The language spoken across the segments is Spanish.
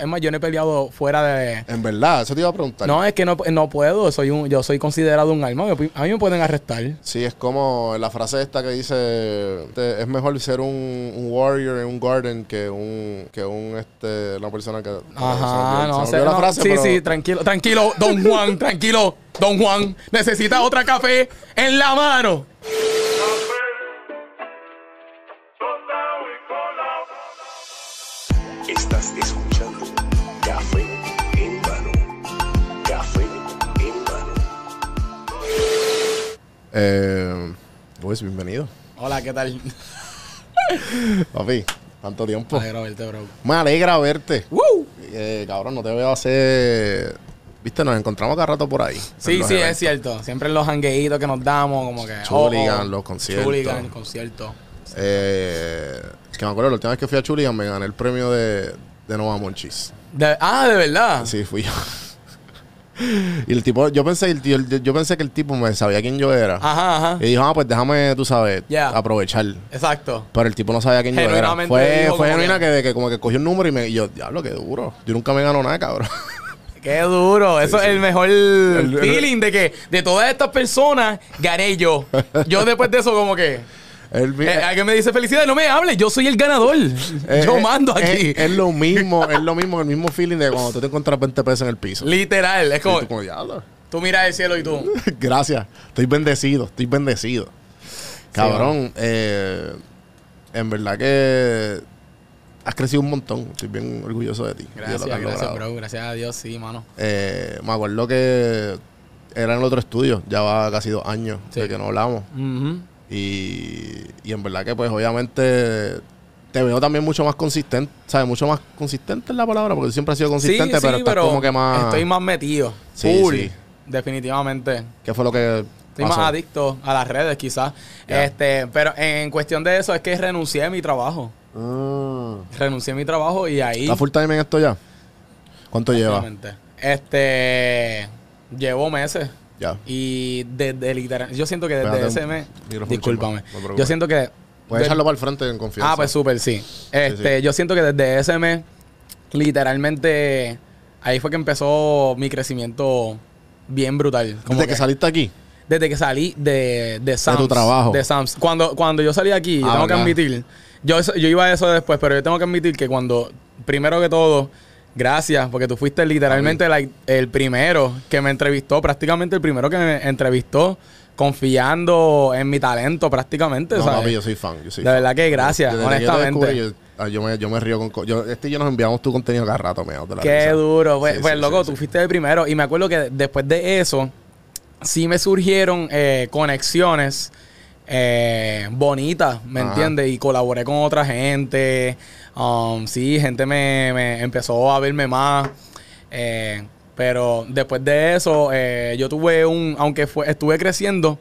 Es más, yo no he peleado fuera de. En verdad, eso te iba a preguntar. No, es que no, no puedo. Soy un, yo soy considerado un arma. Me- A mí me pueden arrestar. Sí, es como la frase esta que dice, este, es mejor ser un, un warrior en un garden que un, que un, este, una persona que... Ajá, se me olvidó- no se me sé. olvidó la no, frase, sí, pero- sí, tranquilo. Tranquilo, don Juan, tranquilo. Don Juan, necesita otra café en la mano. Estás escuchando Café en mano. Café en mano. Eh, Luis, bienvenido. Hola, ¿qué tal? Papi, tanto tiempo. Alegro verte, bro. Me alegra verte. ¡Woo! Eh, cabrón, no te veo hace... Viste, nos encontramos cada rato por ahí. en Sí, los sí, eventos. es cierto. Siempre en los hangueitos que nos damos, como que. oh, Chuligan, los conciertos. Chuligan, conciertos. Eh, que me acuerdo, la última vez que fui a Chuligan me gané el premio de, de Nova Monchis. De- ah, de verdad. Sí, fui yo. y el tipo, yo pensé, el tío- yo, yo pensé que el tipo me sabía quién yo era. Ajá, ajá. Y dijo, ah, pues déjame, tú sabes, Ya. aprovechar. Exacto. Pero el tipo no sabía quién yo era. Genuinamente Fue, dijo fue como genuina que- que, de que como que cogió un número y me y yo, diablo, qué duro. Yo nunca me ganó nada, cabrón. Qué duro. Eso es el mejor el- feeling de que de todas estas personas gané yo. Yo después de eso, como que. Él vi- eh, alguien me dice felicidades, no me hables, yo soy el ganador. eh, yo eh, mando eh, aquí. Es, lo mismo, es lo mismo, el mismo feeling de cuando tú te encuentras 20 pesos en el piso. Literal. Es Y como. tú como, diablo. Tú miras el cielo y tú. Gracias. Estoy bendecido, estoy bendecido. Cabrón, eh, en verdad que has crecido un montón. Estoy bien orgulloso de ti. de lo que Gracias, has gracias, logrado. bro. Gracias a Dios, sí, mano. Eh, me acuerdo que era en el otro estudio, ya va casi dos años Sí. de que no hablamos. Ujú. Y, y en verdad que pues obviamente te veo también mucho más consistente, ¿sabes? Mucho más consistente es la palabra, porque tú siempre has sido consistente, pero estás como que más... Estoy más metido. Sí, Full. sí. Definitivamente. ¿Qué fue lo que Estoy pasó? más adicto a las redes, quizás. Ya. Este, pero en cuestión de eso es que renuncié a mi trabajo. Mm. Renuncié a mi trabajo y ahí. ¿Está full time en esto ya? ¿Cuánto lleva? Exactamente. Este. Llevo meses. Ya. Y desde literal. Yo siento que desde Espérate, ese un mes. micrófono, Discúlpame. chimba, no te preocupes. yo siento que. Puedes de- echarlo para el frente en confianza. Ah, pues súper, sí. Este, sí. Yo siento que desde ese mes, literalmente, ahí fue que empezó mi crecimiento bien brutal. Como Desde que, saliste aquí. desde que salí de, de Sam's. tu trabajo. De Sam's. Cuando, cuando yo salí de aquí, yo Ah, tengo ¿verdad? que admitir. Yo, eso- yo iba a eso después, pero yo tengo que admitir que cuando, primero que todo, gracias, porque tú fuiste literalmente like, el primero que me entrevistó, prácticamente el primero que me entrevistó, confiando en mi talento, prácticamente, No, ¿sabes? papi, yo soy fan. Yo soy De fan. verdad que gracias, Desde que yo te honestamente. descubrí, yo, ah, yo me, yo me río con... co- Yo, este y yo nos enviamos tu contenido cada rato, me de la Qué risa. duro. Pues, Sí, pues, sí, loco, sí, tú sí. fuiste de primero. Y me acuerdo que después de eso, sí me surgieron eh, conexiones eh, bonitas, ¿me Ajá. entiendes? Y colaboré con otra gente. Um, sí, gente me, me empezó a verme más. Eh, pero después de eso, eh, yo tuve un. Aunque fue, estuve creciendo,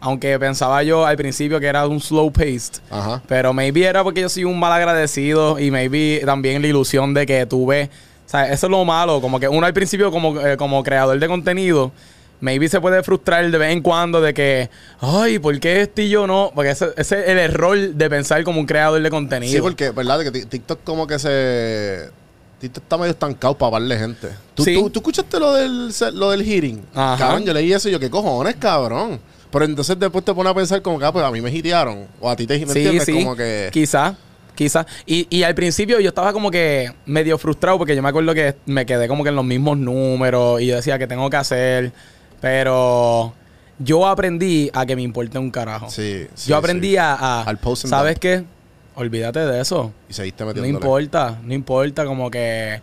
aunque pensaba yo al principio que era un slow paced. Ajá. Pero maybe era porque yo soy un mal agradecido y maybe también la ilusión de que tuve. O sea, eso es lo malo. Como que uno al principio, como, eh, como creador de contenido, maybe se puede frustrar de vez en cuando de que, ay, ¿por qué este y yo no? Porque ese, ese es el error de pensar como un creador de contenido. Sí, porque, ¿verdad? Que ti- TikTok como que se... TikTok está medio estancado para darle gente. ¿Tú, Sí. tú, tú escuchaste lo del, se- lo del hearing? Ajá. Cabrón, yo leí eso y yo, ¿qué cojones, cabrón? Pero entonces después te pones a pensar como que, ah, pues a mí me hitearon. O a ti te ¿me Sí, entiendes? sí. Como que... Quizá, quizá. Y, y al principio yo estaba como que medio frustrado porque yo me acuerdo que me quedé como que en los mismos números y yo decía que tengo que hacer. Pero yo aprendí a que me importe un carajo. Sí, sí, yo aprendí sí. a, a- Al post and ¿Sabes dump. qué? Olvídate de eso. Y seguiste No metiéndole. importa, no importa, como que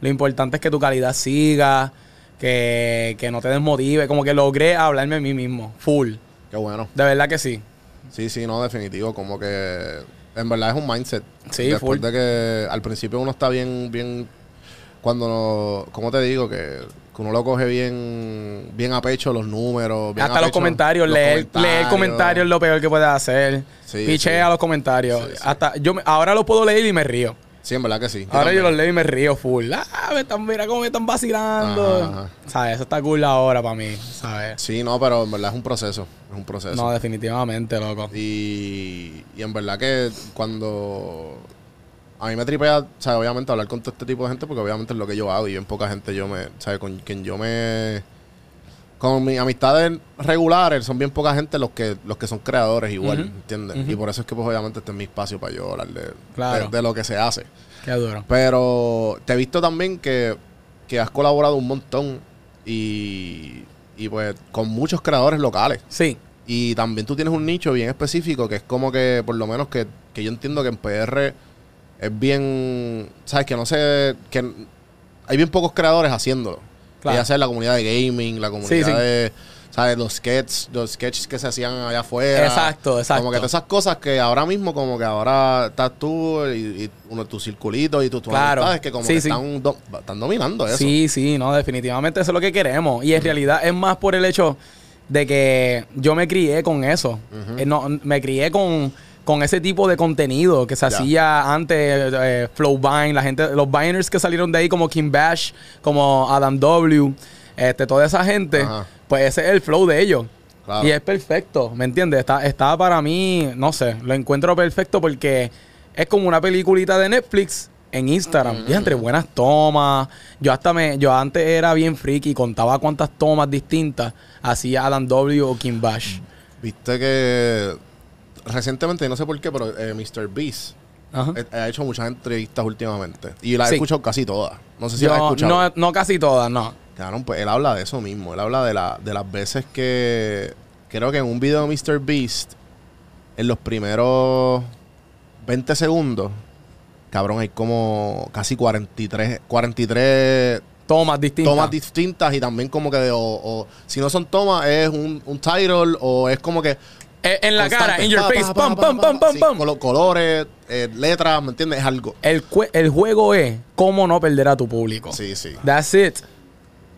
lo importante es que tu calidad siga, que, que no te desmotive, como que logré hablarme a mí mismo, full, Qué bueno. de verdad que sí. Sí, sí, no, definitivo. Como que en verdad es un mindset. Sí, full. Después de que al principio uno está bien, bien. Cuando, no- ¿cómo te digo? Que, que uno lo coge bien, bien a pecho los números. bien Hasta a los pecho comentarios, los leer, leer comentarios es lo peor que puedes hacer. Sí, Pichea sí. los comentarios. Sí, sí. Hasta yo me- ahora los puedo leer y me río. Sí, en verdad que sí. ahora yo también. los leo y me río full. Ah, me están, mira cómo me están vacilando. Ajá, ajá. ¿Sabes? Eso está cool ahora para mí, ¿sabes? Sí, no, pero en verdad es un proceso. Es un proceso. No, definitivamente, loco. Y, y en verdad que cuando a mí me tripea, ¿sabes? Obviamente hablar con todo este tipo de gente porque obviamente es lo que yo hago y bien poca gente yo me, ¿sabes? Con quien yo me... Con mis amistades regulares son bien poca gente los que los que son creadores igual, Ujú. ¿entiendes? Ujú. Y por eso es que pues obviamente este es mi espacio para yo hablar de, Claro. de- de lo que se hace. Qué duro. Pero te he visto también que, que has colaborado un montón y, y pues con muchos creadores locales. Sí. Y también tú tienes un nicho bien específico que es como que, por lo menos que, que yo entiendo que en PR es bien, ¿sabes? Que no sé, que n- hay bien pocos creadores haciéndolo. Claro. Ya sea en la comunidad de gaming, la comunidad sí. de, ¿sabes? Los sketches, los sketches que se hacían allá afuera. Exacto, exacto. Como que todas esas cosas que ahora mismo, como que ahora estás tú y, y uno de tus circulitos y tus tus Claro. amistades que como Sí, que sí. Están, do- están dominando eso. Sí, sí, no, definitivamente eso es lo que queremos. Y en realidad es más por el hecho de que yo me crié con eso. Eh, no, me crié con, con ese tipo de contenido que se Ya. hacía antes, eh, Flowvine, la gente, los Biners que salieron de ahí como Kim Bash, como Adam W, este, toda esa gente, Ajá. pues ese es el flow de ellos. Claro. Y es perfecto, ¿me entiendes? Está, está para mí, no sé, lo encuentro perfecto porque es como una peliculita de Netflix en Instagram. Y entre buenas tomas. Yo hasta me, yo antes era bien friki y contaba cuántas tomas distintas hacía Adam W o Kim Bash. Viste que recientemente, no sé por qué, pero eh, Mr. Beast Ajá. eh, ha hecho muchas entrevistas últimamente. Y ¿Ah? las Sí. he escuchado casi todas. No sé si Yo- las he escuchado. no, no casi todas, no. Cabrón, pues él habla de eso mismo. Él habla de, la, de las veces que. Creo que en un video de Mr. Beast, en los primeros 20 segundos, cabrón, hay como casi 43, 43 Tomas distintas. tomas distintas y también como que de. O, o- si no son tomas, es un, un title o es como que. Eh, en la cara, constante. in your Pa, pa, face, pa, pam, pa, pam, pa, pam, pa. pam, Sí, pam. colo- colores, eh, letras, ¿me entiendes? Es algo. El, cue- el juego es cómo no perder a tu público. Sí, sí. That's it.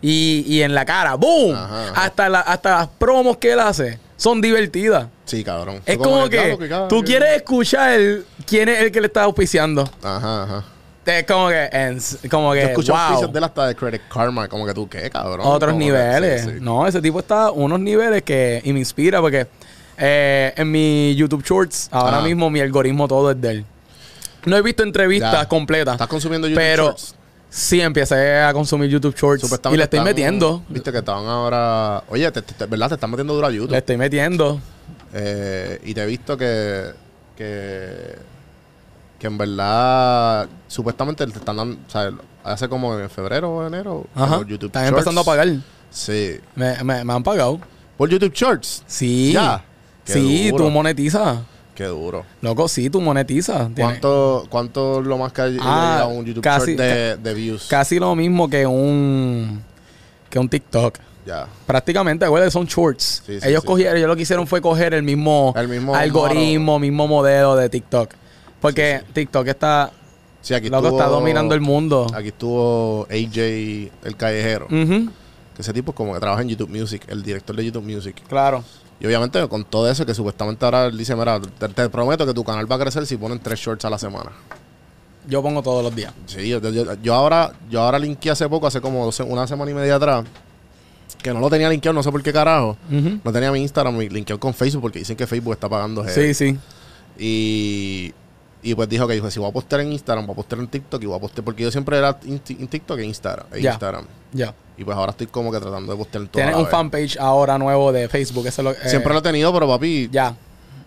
Y, y en la cara, ¡boom! Ajá, ajá. Hasta, la- hasta las promos que él hace son divertidas. Sí, cabrón. Es Yo como claro, que claro, tú que- quieres escuchar el- quién es el que le está auspiciando. Ajá, ajá. Es como que, en- como Yo que, escucho wow, auspicios de él hasta de Credit Karma, como que tú qué, cabrón. otros Como que- niveles. sí, sí. No, ese tipo está a unos niveles que y me inspira porque eh, en mi YouTube Shorts ahora Ajá. mismo mi algoritmo todo es de él. No he visto entrevistas Ya. completas. ¿Estás consumiendo YouTube pero Shorts? sí empecé a consumir YouTube Shorts y Supuestamente le estoy están- metiendo. Viste que estaban ahora. Oye, te- te- te- ¿verdad? Te están metiendo duro a YouTube. Le estoy metiendo. Eh, y te he visto que. que. que en verdad. supuestamente te están dando. O sea, hace como en febrero o enero. Ajá. por YouTube Están Shorts. empezando a pagar. Sí. Me, me- me han pagado. Por YouTube Shorts. Sí. Ya. Qué Sí, duro. tú monetizas. Qué duro. Loco, sí, tú monetizas. Tienes ¿Cuánto, ¿Cuánto es lo más que ha Ah, llegado un YouTube casi- Shorts de, de views? Casi lo mismo que un que un TikTok. Ya. Prácticamente, acuérdate, son shorts. Sí, sí, ellos sí. cogieron, ellos lo que hicieron fue coger el mismo, El mismo algoritmo, mismo modelo de TikTok. Porque TikTok está, Sí, aquí loco, está dominando el mundo. Mm. Aquí estuvo AJ, el callejero. Ujú, Que ese tipo como que trabaja en YouTube Music, el director de YouTube Music. Claro. Y obviamente con todo eso que supuestamente ahora él dice, mira, te, te prometo que tu canal va a crecer si ponen tres shorts a la semana. Yo pongo todos los días. Sí, yo, yo- yo ahora yo ahora linké hace poco, hace como dos se- una semana y media atrás, que no lo tenía linkeado, no sé por qué carajo. Ujú. No tenía mi Instagram, me linkeó con Facebook porque dicen que Facebook está pagando. Sí, heavy. sí. Y, y pues dijo que dijo, si voy a postear en Instagram, voy a postear en TikTok y voy a postear, porque yo siempre era en ti- en TikTok e Instagram. e Ya. Instagram. Ya. Y pues ahora estoy como que tratando de postear en todo. Tienes un fanpage ahora nuevo de Facebook. Eso es lo, eh, Siempre lo he tenido, pero papi, Ya.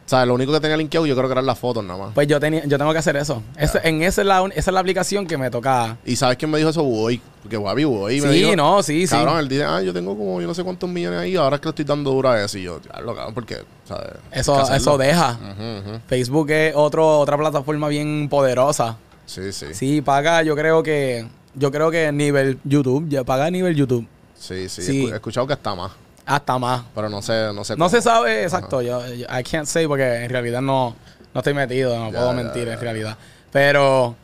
¿sabes? Lo único que tenía linkeado yo creo que eran las fotos nada más. Pues yo tenía, yo tengo que hacer eso. Ese- en esa es, la, un- esa es la aplicación que me toca. Y ¿sabes quién me dijo eso? Boy. Porque papi, Boy me sí, dijo... no, sí, sí. Cabrón, él dice, ah, yo tengo como yo no sé cuántos millones ahí, ahora es que le estoy dando dura a eso. Y yo, lo cabrón, porque, ¿sabes? Hay que Eso, hacerlo. eso deja. Ujú, ujú. Facebook es otro, otra plataforma bien poderosa. Sí, sí, sí. Sí, paga, yo creo que. Yo creo que nivel YouTube, ya paga nivel YouTube. Sí, sí. Sí. He escu- He escuchado que está más, Hasta más. pero no sé, no sé No cómo. se sabe exacto. Yo, yo- I can't say porque en realidad no, no estoy metido, no Ya, puedo ya, mentir en ya. realidad. Pero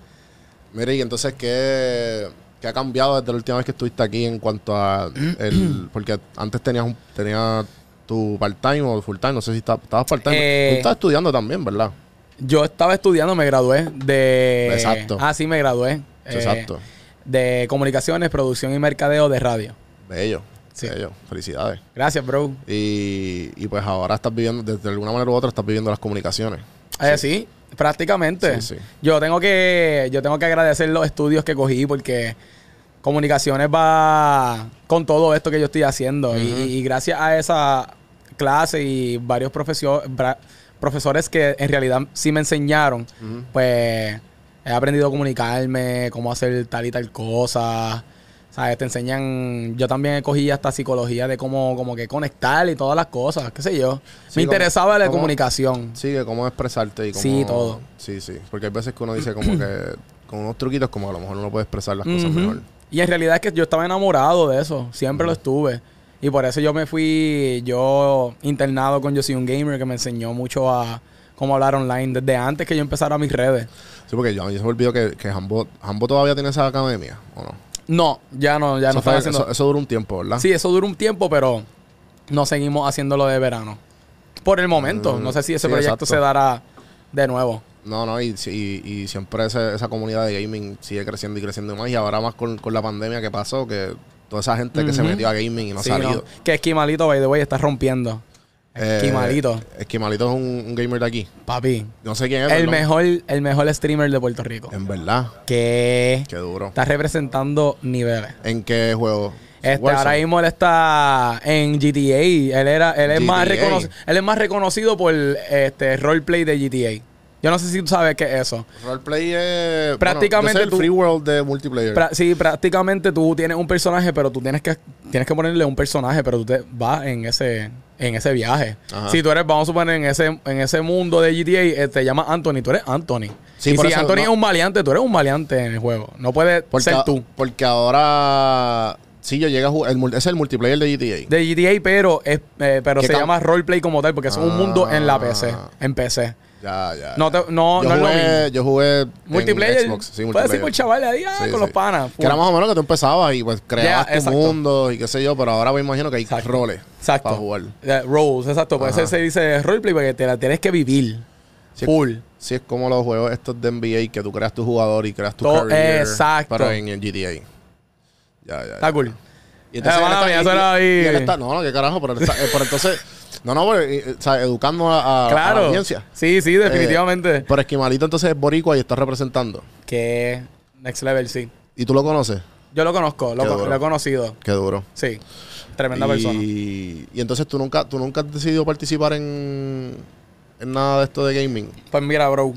Mire, y entonces, ¿qué, qué ha cambiado desde la última vez que estuviste aquí en cuanto a el... Porque antes tenías un, tenía tu part-time o full-time, no sé si está- estabas part-time. Eh, Tú estabas estudiando también, ¿verdad? yo estaba estudiando, me gradué de. Exacto. Ah, sí, me gradué. eh, Exacto. De comunicaciones, producción y mercadeo de radio. Bello. sí. Bello. Felicidades. Gracias, bro. Y, y pues ahora estás viviendo, de, de alguna manera u otra, estás viviendo las comunicaciones. Eh, sí, prácticamente. Sí, sí. Yo tengo que yo tengo que agradecer los estudios que cogí porque comunicaciones va con todo esto que yo estoy haciendo Y- y, gracias a esa clase y varios profesio- bra- profesores que en realidad sí me enseñaron, pues he aprendido a comunicarme, cómo hacer tal y tal cosa. ¿Sabes? Te enseñan. Yo también cogí hasta psicología de cómo como que conectar y todas las cosas, qué sé yo. Sí, me como- interesaba la como- comunicación. Sí, de cómo expresarte y cómo... Sí, todo. Sí, sí. Porque hay veces que uno dice como que... Con unos truquitos como a lo mejor uno puede expresar las cosas Ujú. mejor. Y en realidad es que yo estaba enamorado de eso. Siempre lo estuve. Y por eso yo me fui, yo internado con Yo Soy Un Gamer, que me enseñó mucho a cómo hablar online desde antes que yo empezara mis redes. Sí, porque yo, a mí se me olvidó que, que Jambo, Jambo todavía tiene esa academia, ¿o no? No, ya no, ya eso, no estaba fue- haciendo. eso- eso duró un tiempo, ¿verdad? Sí, eso duró un tiempo, pero no seguimos haciéndolo de verano. Por el momento. Mm, no sé si ese sí, proyecto exacto. se dará de nuevo. No, no, y, y- y siempre ese- esa comunidad de gaming sigue creciendo y creciendo más. Y ahora más con, con la pandemia que pasó, que toda esa gente que se Ujú. metió a gaming y no ha Sí, salido. no. Que Esquimalito, by the way, está rompiendo. Eh, Esquimalito. Esquimalito es un, un gamer de aquí. Papi. No sé quién es. El ¿no? mejor, el mejor streamer de Puerto Rico. En verdad, Que qué duro. está representando niveles. ¿En qué juego? Este, Warzone. ahora mismo él está en GTA. Él era, él es más GTA. reconocido, él es más reconocido por este roleplay de GTA. Yo no sé si tú sabes qué es eso. Roleplay es. Prácticamente bueno, ese es el tú- free world de multiplayer. Pra- sí, prácticamente tú tienes un personaje, pero tú tienes que, tienes que ponerle un personaje, pero tú te vas en ese, en ese viaje. Ajá. Si tú eres, vamos a suponer, en ese, en ese mundo de GTA, eh, te llamas Anthony, tú eres Anthony. Sí, y por si eso Anthony no- es un maleante, tú eres un maleante en el juego. No puedes porque, ser tú. Porque ahora. Sí, yo llegué a jugar. el mul- es el multiplayer de GTA. De GTA, pero, es, eh, pero ¿Qué se cam- llama roleplay como tal, porque es un mundo en la PC. Ah. En PC. Ya, ya. No ya. te- no- yo no es lo jugué, mismo. Yo jugué. en Multiplayer. Xbox. Sí, puedes ir multiplayer. por chaval ahí ah, Sí, con sí. los panas. Que era más o menos que tú empezabas y pues creabas tu exacto. mundo y qué sé yo, pero ahora me imagino que hay Exacto. roles Exacto. para jugar. Eh, roles, exacto. Por Ajá. eso se dice roleplay, porque te la tienes que vivir. Sí. Full. Si es como los juegos estos de NBA que tú creas tu jugador y creas tu Todo- career, exacto. pero en el GTA. Ya, ya. Está ya. cool. Y entonces Eh, él mala está, mía, y- eso era y- ahí. y él está- no, no, qué carajo, pero, él está- eh, pero entonces, no, no, porque, eh, eh, o sea, educando a, a- a la Claro. audiencia. Sí, sí, definitivamente. Eh, pero Esquimalito entonces es boricua y está representando. que Next Level, sí. ¿Y tú lo conoces? Yo lo conozco, lo, Qué con- duro. lo he conocido. Qué duro. Sí. Tremenda y, persona. Y entonces tú nunca, tú nunca has decidido participar en, en nada de esto de gaming. Pues mira, bro.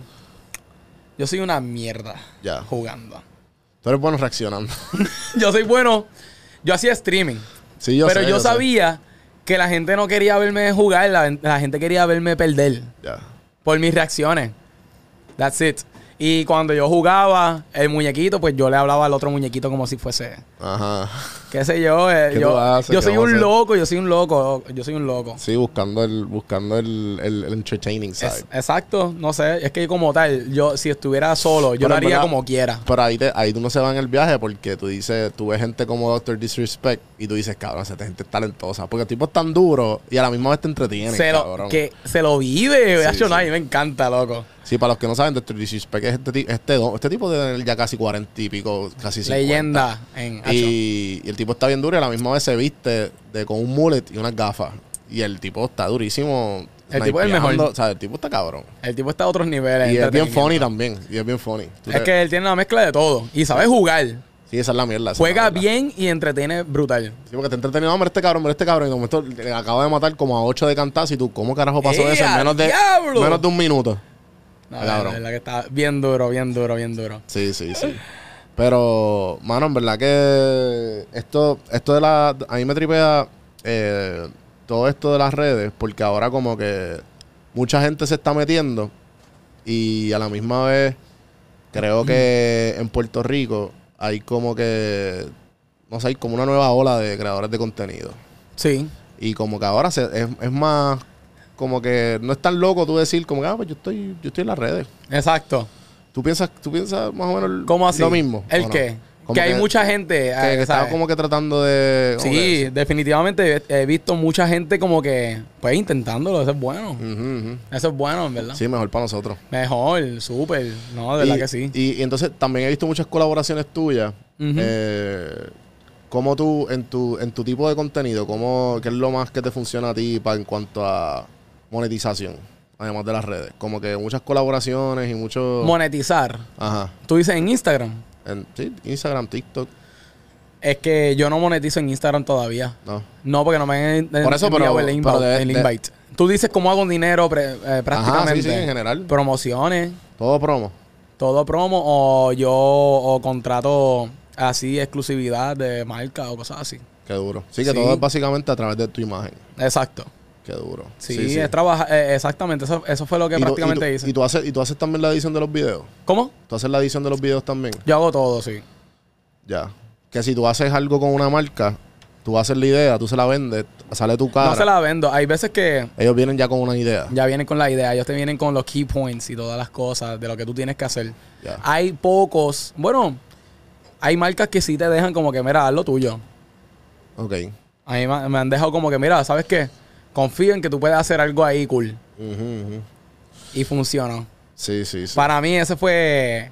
Yo soy una mierda Ya. jugando. Tú eres bueno reaccionando. Yo soy bueno. Yo hacía streaming. sí, yo pero sé, yo, sé. sabía que la gente no quería verme jugar, la, la gente quería verme perder Ya. por mis reacciones. That's it. Y cuando yo jugaba el muñequito, pues yo le hablaba al otro muñequito como si fuese, Ajá. qué sé yo, eh, ¿Qué tú yo, haces? yo ¿Qué soy vamos a un hacer? loco, yo soy un loco, yo soy un loco. Sí, buscando el, buscando el, el, el entertaining side. Es- exacto, no sé, es que como tal, yo si estuviera solo, yo Pero lo en haría verdad- como quiera. Pero ahí, te, ahí tú no se va en el viaje porque tú dices, tú ves gente como Doctor Disrespect y tú dices, cabrón, esta gente es talentosa. Porque el tipo es tan duro y a la misma vez te entretiene, Se lo, cabrón. que se lo vive, Sí, macho, no, sí. a mí me encanta, loco. Sí, para los que no saben, Doctor Disrespect es este, ti- este, don- este tipo de tener ya casi 40 y pico, casi 50. Leyenda en Y, y el tipo está bien duro y a la misma vez se viste de, con un mullet y unas gafas. Y el tipo está durísimo. El tipo es el snipeando. mejor. O sea, el tipo está cabrón. El tipo está a otros niveles. Y es bien entretenimiento. funny también. Y es bien funny. Tú Es te- que él tiene una mezcla de todo. Y sabe jugar. Sí, esa es la mierda. esa es la Juega mierda. bien y entretiene brutal. Sí, porque te entretenido, hombre, este cabrón, hombre, este cabrón. Y de momento le acaba de matar como a 8 de cantazo. Y tú, ¿cómo carajo pasó ¡Eh, eso en al menos de, diablo! menos de un minuto? No, Ah, la cabrón. verdad que está bien duro, bien duro, bien duro. Sí, sí, sí. Pero, mano, en verdad que esto, esto de la. A mí me tripea eh, todo esto de las redes, porque ahora como que mucha gente se está metiendo y a la misma vez creo que en Puerto Rico hay como que. No sé, hay como una nueva ola de creadores de contenido. Sí. Y como que ahora se- es, es más. Como que no es tan loco tú decir, como que, ah, pues yo estoy, yo estoy en las redes. Exacto. ¿Tú piensas, tú piensas más o menos el- ¿Cómo así? lo mismo? ¿El o no? qué? Como Que hay mucha gente. que- eh, que estaba ¿sabes? como que tratando de. como sí, que- definitivamente he he visto mucha gente como que, pues intentándolo, eso es bueno. Ujú, ujú. Eso es bueno, en verdad. Mm. Sí, mejor para nosotros. Mejor, súper. No, de verdad y, que sí. Y, y entonces también he visto muchas colaboraciones tuyas. Ujú. Eh, ¿Cómo tú, en tu, en tu tipo de contenido, cómo, qué es lo más que te funciona a ti pa- en cuanto a monetización? además de las redes. Como que muchas colaboraciones y muchos. Monetizar. Ajá. Tú dices en Instagram. En, sí, Instagram, TikTok. Es que yo no monetizo en Instagram todavía. No. No, porque no me han en- Por eso, enviado pero- el, invite, pero de- el de- invite. Tú dices cómo hago dinero pre- eh, prácticamente. sí, sí, en general. Promociones, Todo promo. todo promo o yo o contrato así exclusividad de marca o cosas así. Qué duro. Sí, que Sí. todo es básicamente a través de tu imagen. Exacto. Qué duro. Sí, es trabajar. exactamente, eso, eso fue lo que Y tú- prácticamente y tú- hice. Y tú, haces, y tú haces también la edición de los videos. ¿Cómo? Tú haces la edición de los videos también. Yo hago todo, sí. Ya. Que si tú haces algo con una marca, tú haces la idea, tú se la vendes, sale tu cara. No se la vendo. Hay veces que Ellos vienen ya con una idea. ya vienen con la idea, ellos te vienen con los key points y todas las cosas de lo que tú tienes que hacer. Ya. Hay pocos, bueno, hay marcas que sí te dejan como que, mira, haz lo tuyo. Ok. A mí me me han dejado como que, mira, ¿sabes qué? Confío en que tú puedes hacer algo ahí cool. Ujú, ujú. Y funcionó. Sí, sí, sí. Para mí ese fue...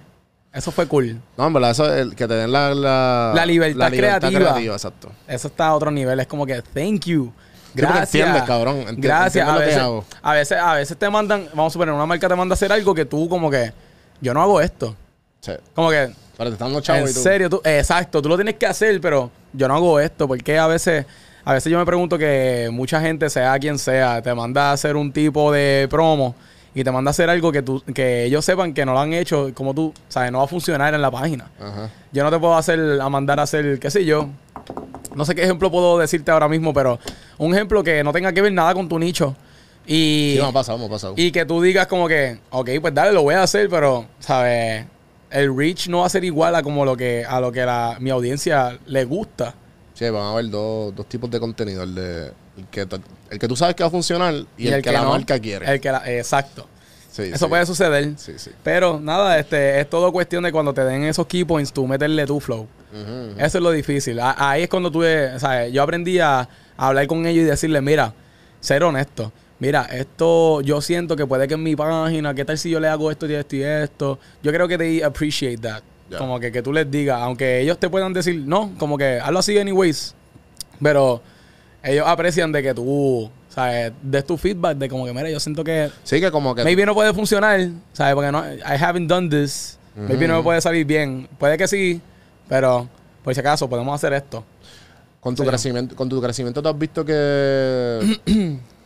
Eso fue cool. No, en verdad, eso es el que te den la, la, La libertad creativa. exacto. Eso está a otro nivel. Es como que, thank you. Sí, porque Gracias. entiendes, cabrón. Enti- Gracias. entiendes A lo que veces, hago. a, veces, a veces te mandan... Vamos a suponer, una marca te manda a hacer algo que tú como que... Yo no hago esto. Sí. Como que... Pero te están dando chavos en y tú. serio, tú, exacto, tú lo tienes que hacer, pero yo no hago esto, porque a veces, a veces yo me pregunto que mucha gente, sea quien sea, te manda a hacer un tipo de promo y te manda a hacer algo que tú, que ellos sepan que no lo han hecho, como tú, sabes, no va a funcionar en la página. Ajá. Yo no te puedo hacer, a mandar a hacer, qué sé yo. No sé qué ejemplo puedo decirte ahora mismo, pero un ejemplo que no tenga que ver nada con tu nicho. Y, Sí, me ha pasado, me ha pasado. y que tú digas como que, ok, pues dale, lo voy a hacer, pero, ¿sabes? El reach no va a ser igual a como lo que a lo que la, mi audiencia le gusta. Sí, van a haber dos, dos tipos de contenido. El, de, el, que, t- el que tú sabes que va a funcionar y, el, que, la no. marca quiere. El que la- exacto. Sí, Eso sí. puede suceder. Sí, sí. Pero nada, este, es todo cuestión de cuando te den esos key points, tú meterle tu flow. Ujú. Eso es lo difícil. A- ahí es cuando tuve, ¿sabes? Yo aprendí a, a hablar con ellos y decirles, mira, ser honesto. Mira, esto yo siento que puede que en mi página, ¿qué tal si yo le hago esto y esto y esto? Yo creo que they appreciate that. Ya. Como que, que tú les digas, aunque ellos te puedan decir, no, como que hazlo así anyways. Pero ellos aprecian de que tú, ¿sabes? Des tu feedback de como que, mira, yo siento que Sí, que como que. Maybe no puede funcionar, ¿sabes? Porque no, I haven't done this. Maybe no me puede salir bien. Puede que sí, pero por si acaso podemos hacer esto. Con tu, Sí. crecimiento, con tu crecimiento tú has visto que...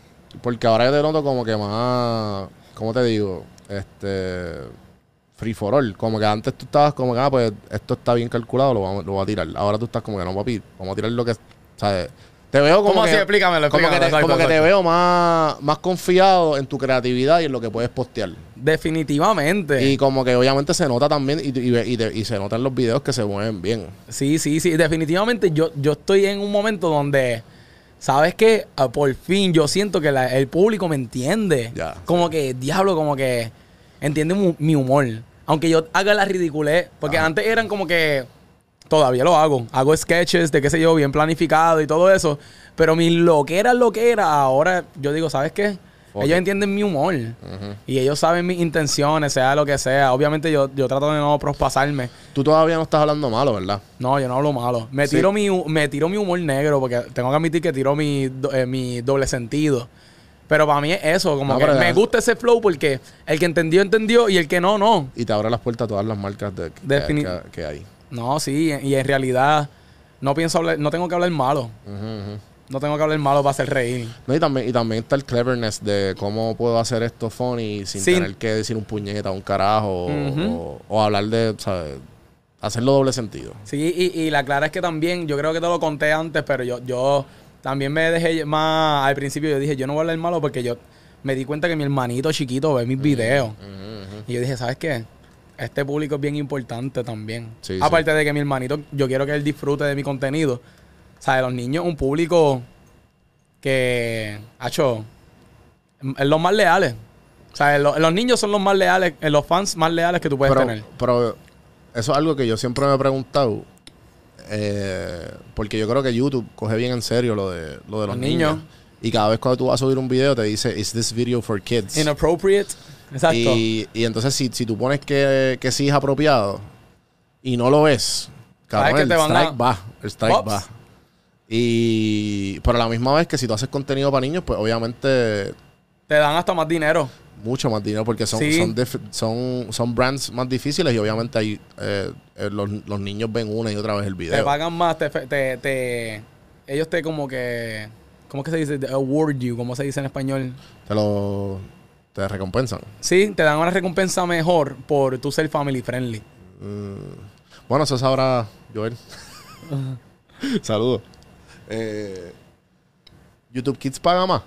porque ahora yo te noto como que más... ¿Cómo te digo? Este... Free for all. Como que antes tú estabas como que, ah, pues esto está bien calculado, lo, vamos, lo voy a tirar. Ahora tú estás como que, no, papi, vamos a tirar lo que... ¿Sabes? Te veo como ¿Cómo que... así? Explícamelo, como que, te, explícamelo, como que exacto, te exacto. veo más, más confiado en tu creatividad y en lo que puedes postear. Definitivamente. Y como que obviamente se nota también y, y, y te- y se notan los videos que se mueven bien. Sí, sí, sí. Definitivamente yo, yo estoy en un momento donde, ¿sabes qué? Ah, Por fin yo siento que la- el público me entiende. Ya. Como que, diablo, como que entiende mu- mi humor. Aunque yo haga la ridiculez, porque Ajá. antes eran como que, todavía lo hago. Hago sketches de qué sé yo, bien planificado y todo eso. Pero mi loquera, loquera, ahora yo digo, ¿sabes qué? Fuck Ellos it. entienden mi humor y ellos saben mis intenciones, sea lo que sea. Obviamente yo, yo trato de no prospasarme. Tú todavía no estás hablando malo, ¿verdad? No, yo no hablo malo. Me Sí. tiro mi hu- me tiro mi humor negro porque tengo que admitir que tiro mi, do- eh, mi doble sentido. Pero para mí es eso, como No, que pero me ya- gusta ese flow porque el que entendió entendió y el que no no. y te abre las puertas a todas las marcas de, que, Defini- que- que hay. No, sí, y en realidad no pienso hablar, no tengo que hablar malo. Mm. No tengo que hablar malo para hacer reír. No, y, también, y también está el cleverness de cómo puedo hacer esto funny sin Sin- tener que decir un puñeta, un carajo, o- Ujú. o, o hablar de, ¿sabes? Hacerlo doble sentido. Sí, y, y la clara es que también, yo creo que te lo conté antes, pero yo, yo también me dejé lle- más al principio. Yo dije, yo no voy a hablar malo porque yo me di cuenta que mi hermanito chiquito ve Mm, mis videos. Y yo dije, ¿sabes qué? Este público es bien importante también. Sí, Aparte de que mi hermanito, yo quiero que él disfrute de mi contenido. O sea, de los niños, un público que ha hecho los más leales. O sea, lo- los niños son los más leales, eh, los fans más leales que tú puedes Pero, tener. pero eso es algo que yo siempre me he preguntado. eh, porque yo creo que YouTube coge bien en serio lo de, lo de los, Los niños. niños. Y cada vez cuando tú vas a subir un video te dice, ¿Is this video for kids? Inappropriate. Exacto. Y, y entonces, si, si tú pones que, que sí es apropiado y no lo es, cabrón, que el te van strike a- va. El strike Pops. va. Y. Pero a la misma vez que si tú haces contenido para niños, pues obviamente Te dan hasta más dinero. mucho más dinero porque son, Sí. son, dif- son, son brands más difíciles y obviamente ahí eh, eh, los, los niños ven una y otra vez el Te video. pagan más, te, fe- te, te- ellos te como que... ¿Cómo es que se dice? They Award you, ¿cómo se dice en español? Te lo te recompensan. Sí, te dan una recompensa mejor por tu ser family friendly. Bueno, eso sabrá Joel. Saludos. Eh, YouTube Kids paga más.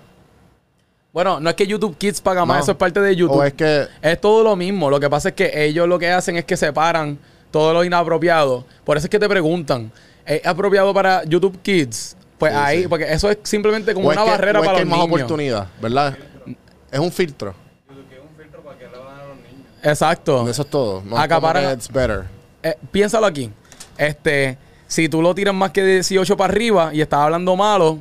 Bueno, no es que YouTube Kids paga más, No. eso es parte de YouTube. O es que Es todo lo mismo. Lo que pasa es que ellos lo que hacen es que separan todo lo inapropiado. Por eso es que te preguntan, ¿es apropiado para YouTube Kids? Pues Sí, ahí, sí. porque eso es simplemente como o una es que- barrera o es para que los hay más niños. oportunidad, ¿verdad? Es un filtro. Exacto. Eso es todo. No Acaparan- es como que it's better. Eh, piénsalo aquí. Este, si tú lo tiras más que 18 para arriba y estás hablando malo,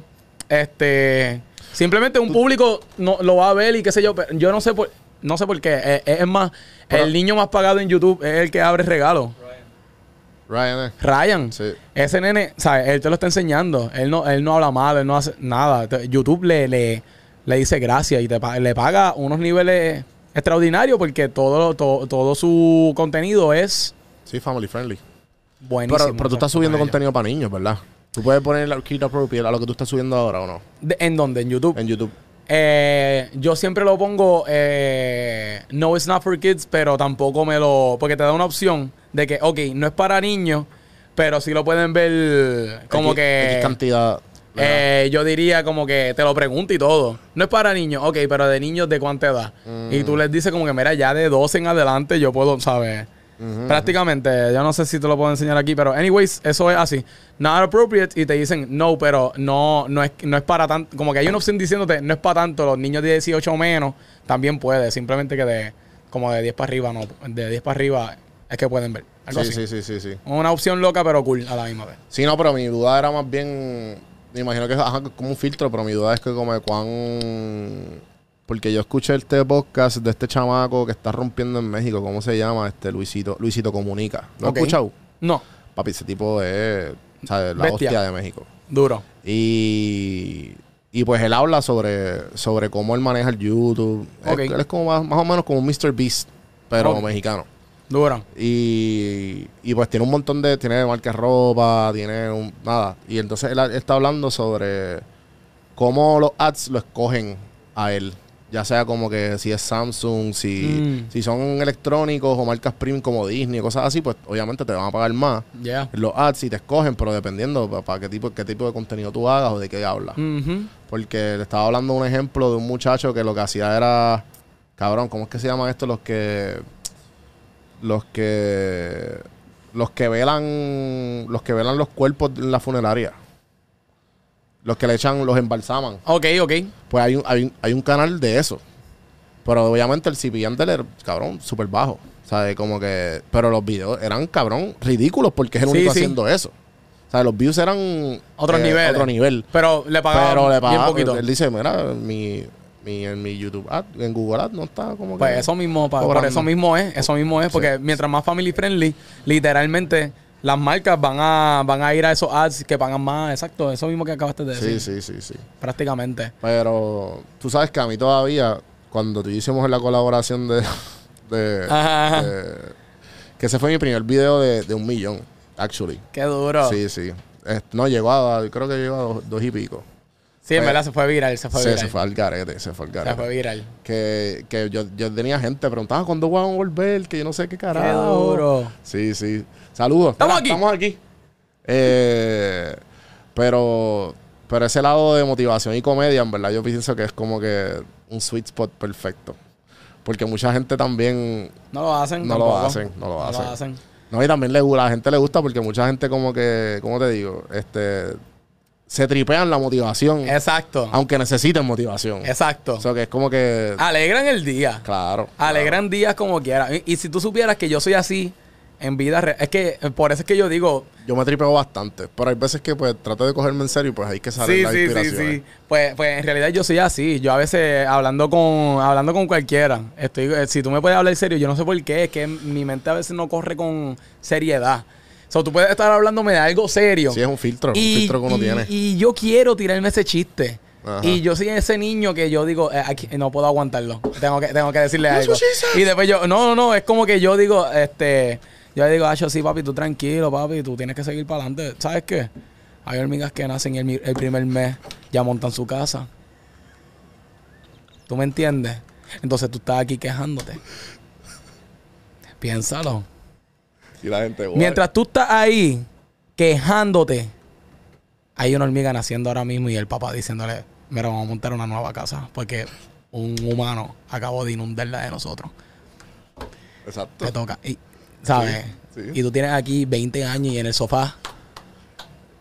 este, simplemente un público no, lo va a ver y qué sé yo. pero Yo no sé por, no sé por qué. Eh, eh, es más, Pero- el niño más pagado en YouTube es el que abre regalo. Ryan, eh. Ryan. Sí. Ese nene, ¿sabes? Él te lo está enseñando. Él no, él no habla mal, él no hace nada. Te- YouTube le, le, le dice gracias y te, pa- le paga unos niveles extraordinarios porque todo, todo, todo su contenido es Sí, family friendly. buenísimo. Pero, pero tú estás subiendo Para ellos. contenido para niños, ¿verdad? Tú puedes poner la kid appropriate a lo que tú estás subiendo ahora o no. De- ¿En dónde? ¿En YouTube? En YouTube. Eh, yo siempre lo pongo eh, No it's not for kids Pero tampoco me lo Porque te da una opción De que ok No es para niños Pero sí lo pueden ver Como X- que X cantidad. ¿verdad? Eh, yo diría como que te lo pregunto y todo. No es para niños, ok, pero de niños de cuánta edad. Y Mm. tú les dices como que, mira, ya de 12 en adelante yo puedo, ¿sabes? Prácticamente, yo no sé si te lo puedo enseñar aquí, pero anyways, eso es así. Not appropriate y te dicen, no, pero no, no, es, no es para tanto. Como que hay una opción diciéndote, no es para tanto, los niños de 18 o menos también puede, simplemente que de como de 10 para arriba, no, de 10 para arriba es que pueden ver. Algo sí, así. sí, sí, sí, sí. Una opción loca pero cool a la misma vez. Sí, no, pero mi duda era más bien. Me imagino que es ajá, como un filtro, pero mi duda es que como de cuán. Porque yo escuché este podcast de este chamaco que está rompiendo en México. ¿Cómo se llama? Este Luisito. Luisito Comunica. ¿Lo has Ok. escuchado? No, Papi, ese tipo es. ¿sabes? La Bestia. hostia de México. duro. Y, y pues él habla sobre, sobre cómo él maneja el YouTube. Él- Ok. Él, es como más, más o menos como un Mr. Beast, pero Ok. mexicano. Duro. Y, y pues tiene un montón de. Tiene marcas de ropa, tiene un, nada. Y entonces él, ha- está hablando sobre cómo los ads lo escogen a él. Ya sea como que si es Samsung, si, Mm. si son electrónicos o marcas premium como Disney, cosas así, pues obviamente te van a pagar más Ya. los ads y te escogen, pero dependiendo para qué tipo, qué tipo de contenido tú hagas o de qué hablas. Ujú. Porque le estaba hablando un ejemplo de un muchacho que lo que hacía era. Cabrón, ¿cómo es que se llaman estos los que. Los que. Los que velan. Los que velan los cuerpos en la funeraria. Los que le echan, los embalsaman. Ok, ok. Pues hay un, hay un, hay un canal de eso. Pero obviamente el CPM del er- cabrón, súper bajo. ¿Sabes? Como que. Pero los videos eran, cabrón, ridículos porque es el Sí, único sí. haciendo eso. O sea, los views eran. Otros eh, niveles. Otro nivel. Pero le pagaban Pero le pues, bien pagaba. poquito. Él dice, mira, mi, mi, en mi YouTube ad, en Google Ad no está como que. Pues eso mismo, pa- por cobrando. eso mismo es, eso mismo es, porque Sí. mientras más family friendly, literalmente las marcas van a, van a ir a esos ads que pagan más, exacto, eso mismo que acabaste de Sí, Eh, decir, sí, sí, sí. prácticamente. Pero tú sabes que a mí todavía, cuando tú y yo hicimos la colaboración de. de- Ajá, ajá. de- que ese fue mi primer video de, de un millón, actually. Qué duro. Sí, Sí, sí. Eh, no, llegó a. Creo que llegó a dos, dos y pico. en fue- verdad se fue viral, se fue pues, Se, viral. se fue al garete, se fue al Se garete. fue viral. Que, que yo, yo tenía gente preguntaba cuándo van a volver, que yo no sé qué carajo. Qué duro. Sí, sí. Saludos. Estamos Mira, aquí. Estamos aquí. Eh, pero, pero ese lado de motivación y comedia, en verdad, yo pienso que es como que un sweet spot perfecto. Porque mucha gente también. No lo hacen. No lo tampoco. hacen, no lo hacen. lo hacen. No, y también le, gu- la gente le gusta porque mucha gente, como que. ¿Cómo te digo? Este. Se tripean la motivación. Exacto, Aunque necesiten motivación. exacto. Ah, O sea, que es como que. Alegran el día. Claro. Alegran días como quiera. Y, y si tú supieras que yo soy así en vida real, es que eh, por eso es que yo digo, Yo me tripeo bastante, pero hay veces que pues trato de cogerme en serio y pues hay que salir Sí, las sí, sí, inspiraciones. sí. Pues, pues en realidad yo soy así. Yo a veces hablando con hablando con cualquiera, estoy eh, si tú me puedes hablar serio, yo no sé por qué, es que mi mente a veces no corre con seriedad. O sea, tú puedes estar hablándome de algo serio. Sí, es un filtro, un filtro que uno y- tiene. y yo quiero tirarme ese chiste. Ajá. Y yo soy ese niño que yo digo, eh, aquí- no puedo aguantarlo. Tengo que, tengo que decirle That's algo. what she said. Y después yo, no, no, no, es como que yo digo, este, yo le digo, ah, sí, papi, tú tranquilo, papi, tú tienes que seguir para adelante. ¿Sabes qué? Hay hormigas que nacen y el, mi- el primer mes, ya montan su casa. ¿Tú me entiendes? Entonces tú estás aquí quejándote. Piénsalo. Y la gente, wow. Mientras tú estás ahí quejándote, hay una hormiga naciendo ahora mismo y el papá diciéndole, mira, vamos a montar una nueva casa porque un humano acabó de inundarla de nosotros. Exacto. Te toca. Y, ¿Sabes? Sí, sí. Y tú tienes aquí 20 años y en el sofá.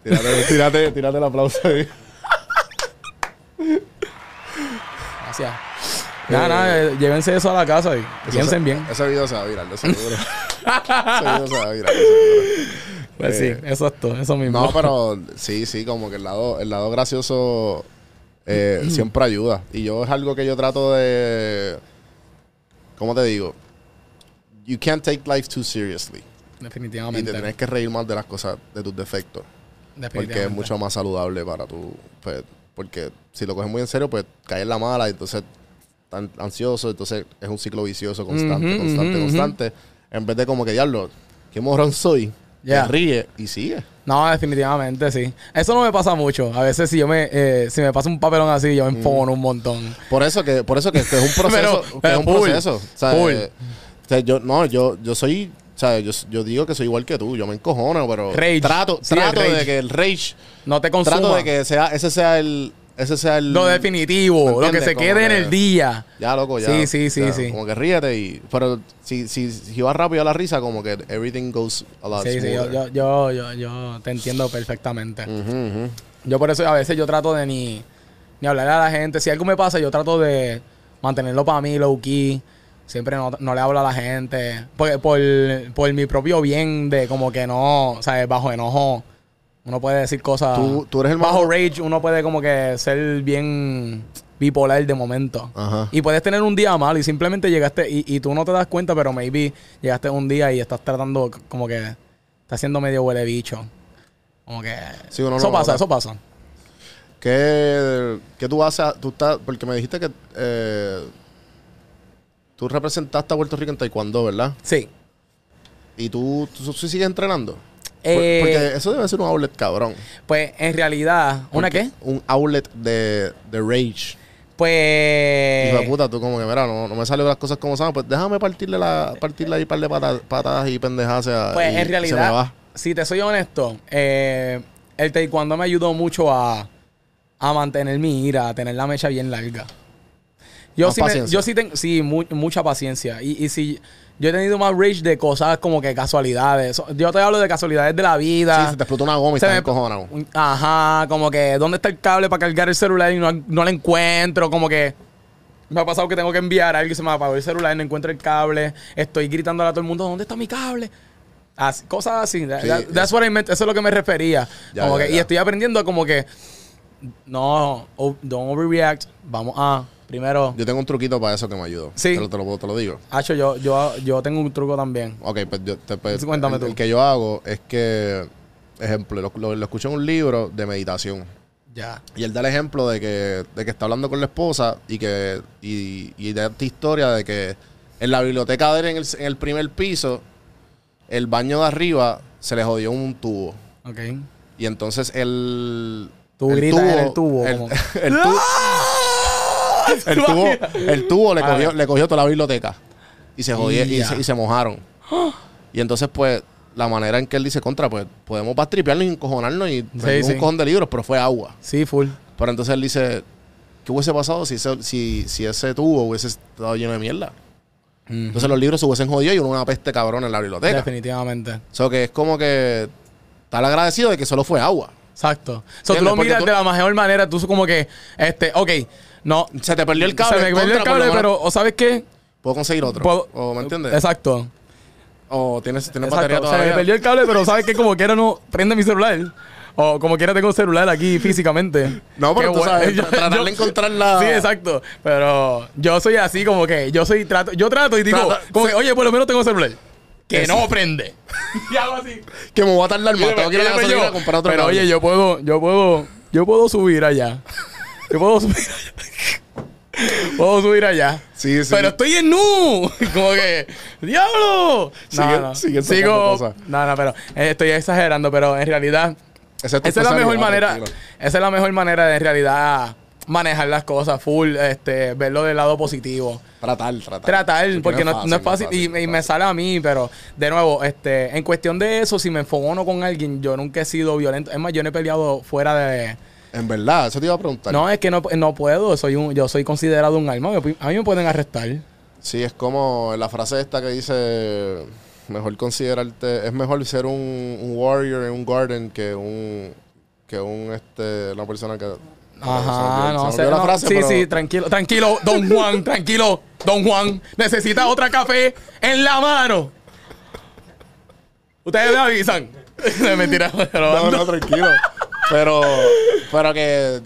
Tírate, tírate, tírate el aplauso ahí. Gracias. Nada, nada, eh, llévense eso a la casa y Eso piensen se- eh, bien. Ese video se va a virar, de seguro. ese video se va a virar, de seguro. Pues eh, sí, eso es todo, eso mismo. No, pero sí, sí, como que el lado, el lado gracioso eh, Mm. siempre ayuda. Y yo es algo que yo trato de. ¿Cómo te digo? You can't take life too seriously. Y Definitivamente. te tienes que reír más de las cosas, de tus defectos. Porque es definitivamente. mucho más saludable para tú. pues, porque si lo coges muy en serio, pues caes en la mala, entonces tan ansioso, entonces es un ciclo vicioso constante, Ujú, constante, ujú, ujú. constante. En vez de como que diablo, qué morón soy, Ya. te ríe y sigue. No, definitivamente sí. Eso no me pasa mucho. A veces si yo me, eh, si me pasa un papelón así, yo Mm. me enfono un montón. Por eso que, por eso que este es un proceso, Pero- que pero es un full, proceso. O sea, full. eh, o sea, yo, no, yo, yo soy, o sea, yo, yo digo que soy igual que tú, yo me encojono, pero Rage. trato, Sí, el trato de rage. que el rage, No te consuma. trato de que sea, ese sea el, ese sea el Lo definitivo, ¿Me lo que se entiendes? quede Como en que- el día. Ya, loco, ya. Sí, sí, sí, Ya, sí. Como que ríete y... Pero si, si, si vas rápido a la risa, como que everything goes a lot Sí, sí, yo, smoother. yo, yo, yo, yo te entiendo perfectamente. Ujú, ujú. Yo por eso a veces yo trato de ni, ni hablar a la gente. Si algo me pasa, yo trato de mantenerlo para mí, low key. Siempre no, no le hablo a la gente. Porque por, por mi propio bien de como que no, ¿sabes? Bajo enojo. Uno puede decir cosas. Tú- tú eres el más- Bajo rage, uno puede como que ser bien bipolar de momento. Ajá. Y puedes tener un día malo y simplemente llegaste y, y tú no te das cuenta, pero maybe llegaste un día y estás tratando c- como que estás siendo medio huele bicho. Como que... Sí, uno eso lo pasa, nota. eso pasa. ¿Qué, qué tú haces? Tú estás... Porque me dijiste que... eh, tú representaste a Puerto Rico en taekwondo, ¿verdad? Sí. Y tú, tú, sí sigues entrenando. Por- Eh, porque eso debe ser un outlet cabrón. Pues en realidad, ¿una qué? Porque Un outlet de, de rage. Pues... Hijo de puta, tú como que, mira, no, no me salen las cosas como son. Pues déjame partirle, la, partirle ahí un par de pata- patadas y pendejadas. a- Pues y en Se me va. realidad, si te soy honesto, eh, el taekwondo me ayudó mucho a, a mantener mi ira, a tener la mecha bien larga. Yo Más sí, me- paciencia. yo sí tengo, sí, mu- mucha paciencia. Y, y si yo he tenido más rage de cosas como que casualidades. So- Yo te hablo de casualidades de la vida. Sí, se te explotó una goma y Ah. Se estás me- encojonado. Un- Ajá, como que, ¿dónde está el cable para cargar el celular y no, no lo encuentro? Como que me ha pasado que tengo que enviar algo y se me apagó el celular, no encuentro el cable. Estoy gritando a todo el mundo, ¿dónde está mi cable? Así- cosas así. That- Sí, that- that's what I meant. Eso es lo que me refería. Ya, Como ya, que- ya. Y estoy aprendiendo como que, no, o- don't overreact. Vamos a, primero, Yo tengo un truquito para eso que me ayudó. Sí. Te lo, te lo puedo- te lo digo. Hacho, yo, yo, yo tengo un truco también. Ok, pues, yo, te, pues, Sí, cuéntame el, tú. el que yo hago es que, ejemplo, lo, lo- lo escuché en un libro de meditación. Ya. Y él da el ejemplo de que, de que está hablando con la esposa y que y, y da esta historia de que en la biblioteca de él, en el, en el primer piso, el baño de arriba se le jodió un tubo. Ok. Y entonces el. Tú gritas en el tubo, El, como- el tu- el tubo, el tubo le, Vale. cogió, le cogió toda la biblioteca. Y se jodió, y, Ya. se, y se mojaron. Y entonces, pues, la manera en que él dice contra, pues, podemos bastripearnos y encojonarnos y prender un sí. cojón de libros, pero fue agua. Sí, full. Pero entonces él dice, ¿qué hubiese pasado si ese, si, si ese tubo hubiese estado lleno de mierda? Entonces los libros se hubiesen jodido y uno una peste cabrón en la biblioteca. Definitivamente. O sea, que es como que estar agradecido de que solo fue agua. Exacto. O sea, tú lo ¿Entiendes? Porque miras tú- de la mejor manera, tú como que, este, ok, no. Se te perdió el cable. Se me en perdió el contra, por cable, lo menos pero, ¿o sabes qué? Puedo conseguir otro. Puedo- o, ¿Me entiendes? Exacto. O tienes, tienes exacto. batería Se todavía. me perdió el cable, pero ¿sabes qué? Como quiera no prende mi celular. O como quiera tengo un celular aquí físicamente. No, pero Qué tú bu- sabes, Yo- tra- tratar de yo- encontrar la... Sí, exacto. Pero yo soy así como que, yo soy, trato, yo trato y digo, Trata- como que, oye, por lo menos tengo celular. Que Eso. no prende. y hago así. Que me voy a tardar Y más. después- Tengo que ir a y la después gasolina yo, a comprar otro Pero cable. oye, yo puedo, yo puedo, yo puedo subir allá. Yo puedo subir allá. puedo subir allá. Sí, sí. Pero estoy en nu. Como que, ¡diablo! Sigue- sigue tocando sigo. cosas. No, no, pero eh, estoy exagerando, pero en realidad, Esa esa tu es la especialidad, mejor manera. tranquilo. Esa es la mejor manera de en realidad manejar las cosas full, este, verlo del lado positivo. Tratar, tratar. Tratar, porque no, no es fácil, y, no y es me sale a mí, pero de nuevo, este, en cuestión de eso, si me enfogono con alguien, yo nunca he sido violento. Es más, yo no he peleado fuera de, En verdad, eso te iba a preguntar. no, es que no, no puedo. Soy un, yo soy considerado un arma. Me- A mí me pueden arrestar. Sí, es como la frase esta que dice, mejor considerarte, es mejor ser un, un warrior en un garden que un, que un, este, una persona que... Ajá, no se sé. me olvidó la no. frase, sí, pero- sí, tranquilo. Tranquilo, don Juan, tranquilo. Don Juan, necesita otra café en la mano. Ustedes me avisan. Es mentira, pero No, no, tranquilo. Pero, pero que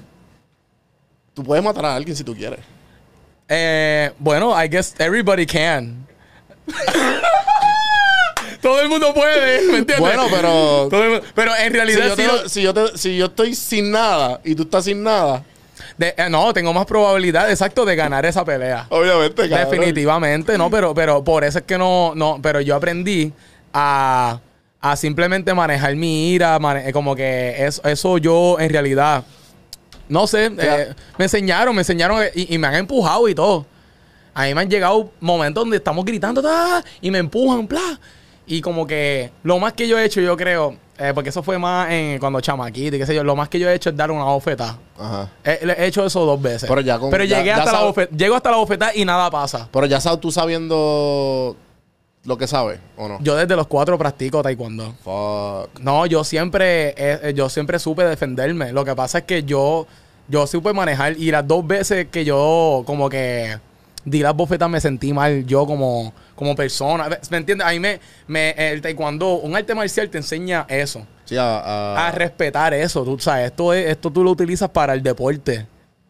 tú puedes matar a alguien si tú quieres. Eh, bueno, I guess everybody can. Todo el mundo puede, ¿me entiendes? Bueno, pero- Todo el mundo- pero en Si realidad. yo, sí te- lo- si yo te- si yo estoy sin nada y tú estás sin nada, de- eh, no, tengo más probabilidad, exacto, de ganar esa pelea. obviamente, cabrón. Definitivamente, no, pero, pero por eso es que no, no, pero yo aprendí a, a simplemente manejar mi ira, mane- eh, como que eso, eso yo en realidad, no sé, Ya. eh, me enseñaron, me enseñaron eh, y, y me han empujado y todo. A mí me han llegado momentos donde estamos gritando ta, y me empujan, bla. Y como que lo más que yo he hecho, yo creo, eh, porque eso fue más en, cuando chamaquito y qué sé yo, lo más que yo he hecho es dar una bofetada. Ajá. He, le- he hecho eso dos veces. Pero ya con- ya- llegué ya hasta la sab- bofet- llego hasta la bofetada y nada pasa. Pero ya sabes, tú sabiendo lo que sabes, ¿o no? Yo desde los cuatro practico taekwondo. Fuck. No, yo siempre, eh, eh, yo siempre supe defenderme. Lo que pasa es que yo, yo supe manejar y las dos veces que yo como que di las bofetas me sentí mal yo como, como persona. ¿Me entiendes? A mí me, me, el taekwondo, un arte marcial te enseña eso. Sí, a- a- a respetar eso. Tú sabes, esto, es, esto tú lo utilizas para el deporte.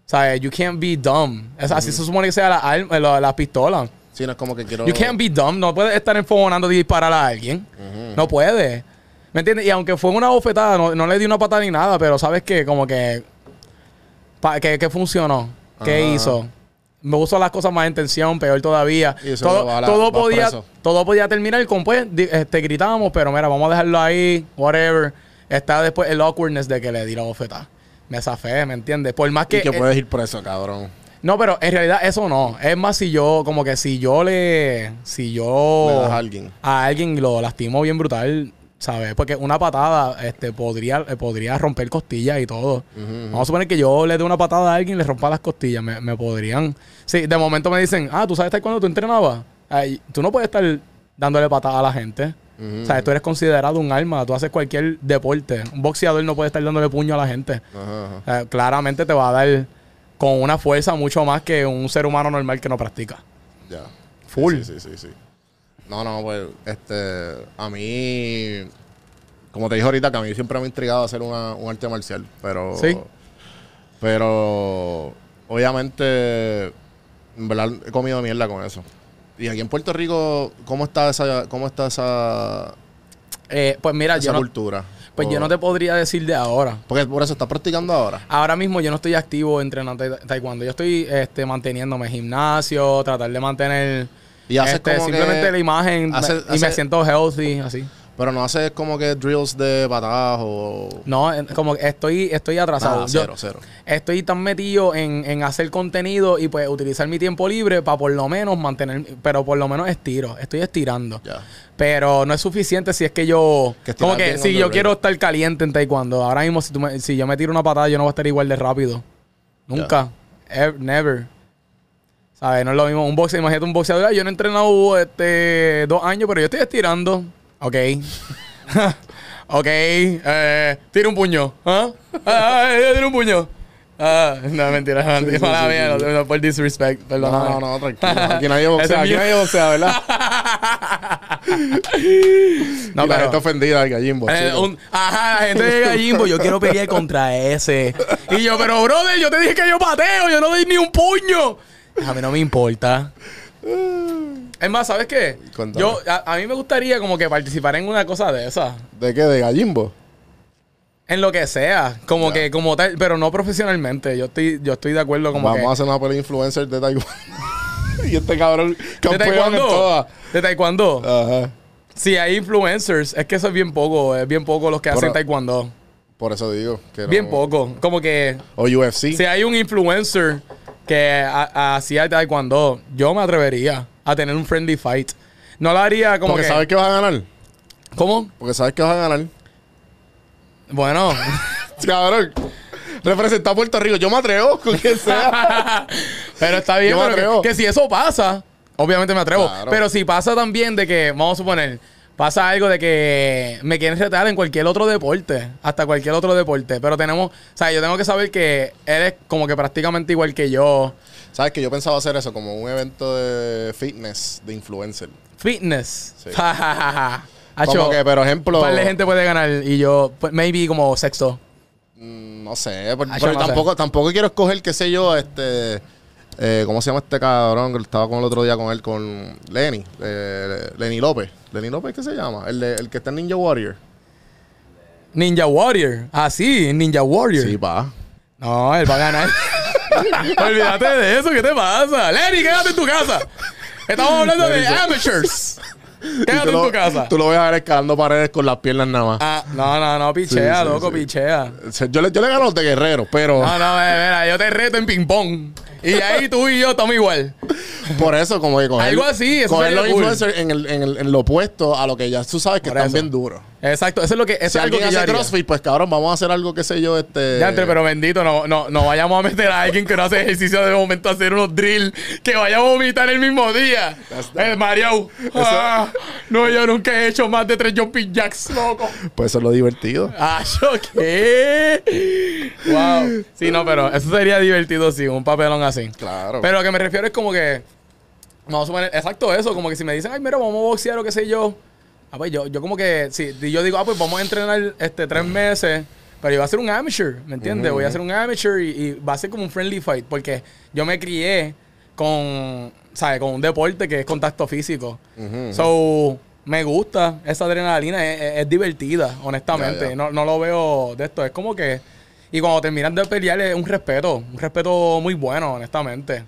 ¿Sabes? You can't be dumb. Es- Así se supone que sea la, arma- la, la pistola. sí, no es como que quiero... You can't be dumb. No puedes estar enfogonando de disparar a alguien. No puedes. ¿Me entiendes? Y aunque fue una bofetada, no, no le di una patada ni nada, pero ¿sabes qué? Como que. pa- que, que funcionó. ¿Qué Ajá. hizo? Me puso las cosas más en tensión, peor todavía. Y eso Todo, lo va a la- todo vas podía, preso. todo podía terminar con, pues, di- este, gritábamos, pero mira, vamos a dejarlo ahí, whatever. Está después el awkwardness de que le di la bofetada. Me zafé, ¿me entiendes? Por más que. Y que eh, puedes ir preso, cabrón. no, pero en realidad eso no. Es más, si yo, como que si yo le. Si yo. Le das a alguien. A alguien y lo lastimo bien brutal, ¿sabes? Porque una patada este, podría, eh, podría romper costillas y todo. Vamos a suponer que yo le dé una patada a alguien y le rompa las costillas. Me, me podrían. Sí, de momento me dicen, ah, tú sabes cuando tú entrenabas. Ay, tú no puedes estar dándole patada a la gente. O sea, tú eres considerado un arma. Tú haces cualquier deporte. Un boxeador no puede estar dándole puño a la gente. Ajá, ajá. Eh, claramente te va a dar con una fuerza mucho más que un ser humano normal que no practica. Ya. Sí, Full. Sí, sí, sí, sí. No, no, pues, este, a mí, como te dije ahorita, que a mí siempre me ha intrigado hacer una, un arte marcial, pero... Sí. Pero, obviamente, en verdad, he comido mierda con eso. Y aquí en Puerto Rico, ¿cómo está esa, cómo está esa, Eh, pues mira, esa Ah, yo Oh. no, cultura? pues yo O- no te podría decir de ahora. Porque por eso estás practicando ahora. Ahora mismo yo no estoy activo entrenando ta- taekwondo. Yo estoy este, manteniéndome gimnasio, tratar de mantener Y haces este, como que- simplemente la imagen me- haces- y me haces- siento healthy, así. Pero no haces como que drills de patadas o... No, eh, como que estoy, estoy atrasado. Nada, Yo- cero, cero. estoy tan metido en, en hacer contenido y pues utilizar mi tiempo libre para por lo menos mantener, pero por lo menos estiro, estoy estirando. Ya. Pero no es suficiente si es que yo. Que estirar como que bien si underrated. yo quiero estar caliente en taekwondo. Ahora mismo, si, tú me- si yo me tiro una patada, yo no voy a estar igual de rápido. Nunca. Ev- never. ¿Sabes? No es lo mismo. Un boxeador, imagínate un boxeador. "Ah, Yo no he entrenado este, dos años, pero yo estoy estirando. Ok. ok. Eh, tira un puño. ¿Ah? Ah, eh, tira un puño. Ah, no, mentira. mentira. sí, Mala sí, mía, sí, no, sí. no, por disrespect. No, Perdón. no, no, tranquilo. Aquí nadie boxea, Ese aquí mío. nadie boxea, ¿verdad? No, y la pero- gente ofendida al gallimbo. Eh, chico. un- ajá, la gente llega allí, pues yo quiero pelear contra ese. Y yo, pero brother, yo te dije que yo pateo, yo no doy ni un puño. A mí no me importa. Es más, ¿sabes qué? Cuéntame. Yo, a, a mí me gustaría como que participar en una cosa de esa. ¿De qué? ¿De gallimbo? En lo que sea, como Ya. que como tal, pero no profesionalmente. Yo estoy, yo estoy de acuerdo como Vamos que... a hacer una pelea de influencer de Taiwán. y este cabrón ¿De campeón en taekwondo? todas. ¿De taekwondo? Ajá. Si hay influencers, es que eso es bien poco, es bien poco los que hacen Pero- taekwondo. Por eso digo. que Bien no- poco. Como que O UFC. si hay un influencer que ha- hacía taekwondo, yo me atrevería a tener un friendly fight. No lo haría como porque que... sabes que vas a ganar. ¿Cómo? Porque sabes que vas a ganar. Bueno, Cabrón. Representar a Puerto Rico. Yo me atrevo con quien sea. pero está bien, Yo me pero que- atrevo. que, si eso pasa, obviamente me atrevo. Claro. Pero si pasa también de que, vamos a suponer, pasa algo de que me quieren retar en cualquier otro deporte, hasta cualquier otro deporte. Pero tenemos, o sea, yo tengo que saber que eres como que prácticamente igual que yo. sabes que yo pensaba hacer eso como un evento de fitness de influencer. Fitness. Sí. Ja, ja, ja, ja. Hacho, Como que, por ejemplo. un par de gente puede ganar y yo, pues, maybe como sexto. Mm, No sé, pero, Ah, yo pero no tampoco, tampoco quiero escoger, qué sé yo, este. eh, ¿Cómo se llama este cabrón? Que estaba con el otro día con él, con Lenny. eh, Lenny López. ¿Lenny López qué se llama? El, de- el que está en Ninja Warrior. Ninja Warrior. Ah, sí, Ninja Warrior. Sí, pa. No, él va a ganar. Olvídate de eso, ¿qué te pasa? Lenny, quédate en tu casa. Estamos hablando de amateurs. Y tú Quédate en lo- tu casa. Tú lo ves a ver escalando paredes con las piernas nada más. Ah, no, no, no, pichea, Sí, sí, loco, sí. pichea. O sea, Yo, le, yo le gano a los de Guerrero, pero No, no, eh, mira, yo te reto en ping-pong. Y ahí tú y yo estamos igual. por eso, como que coger, Algo así, eso coger sería los cool. influencers en, el- en el- en lo opuesto a lo que ya tú sabes que Por están eso. bien duros. Exacto, eso es lo que. Eso es Si algo alguien que yo hace haría. crossfit, pues cabrón, vamos a hacer algo, qué sé yo, este. Diantre, pero bendito, no, no, no vayamos a meter a alguien que no hace ejercicio de momento a hacer unos drills que vaya a vomitar el mismo día. El Mario. ah, no, yo nunca he hecho más de tres jumping jacks, loco. Pues eso es lo divertido. Ah, ¿yo qué? wow. Sí, no, pero eso sería divertido, sí, un papelón así. Claro. Pero lo que me refiero es como que. Vamos a suponer, exacto eso, como que si me dicen, ay, mira, vamos a boxear o qué sé yo. Ah, pues yo, yo como que, si y yo digo, ah, pues vamos a entrenar este tres meses, pero yo voy a ser un amateur, ¿me entiendes? Voy a ser un amateur y, y va a ser como un friendly fight, porque yo me crié con, ¿sabes? Con un deporte que es contacto físico. So, me gusta esa adrenalina, es, es- es divertida, honestamente. Ya, ya. No, no lo veo de esto, es como que. Y cuando terminan de pelear es un respeto, un respeto muy bueno, honestamente.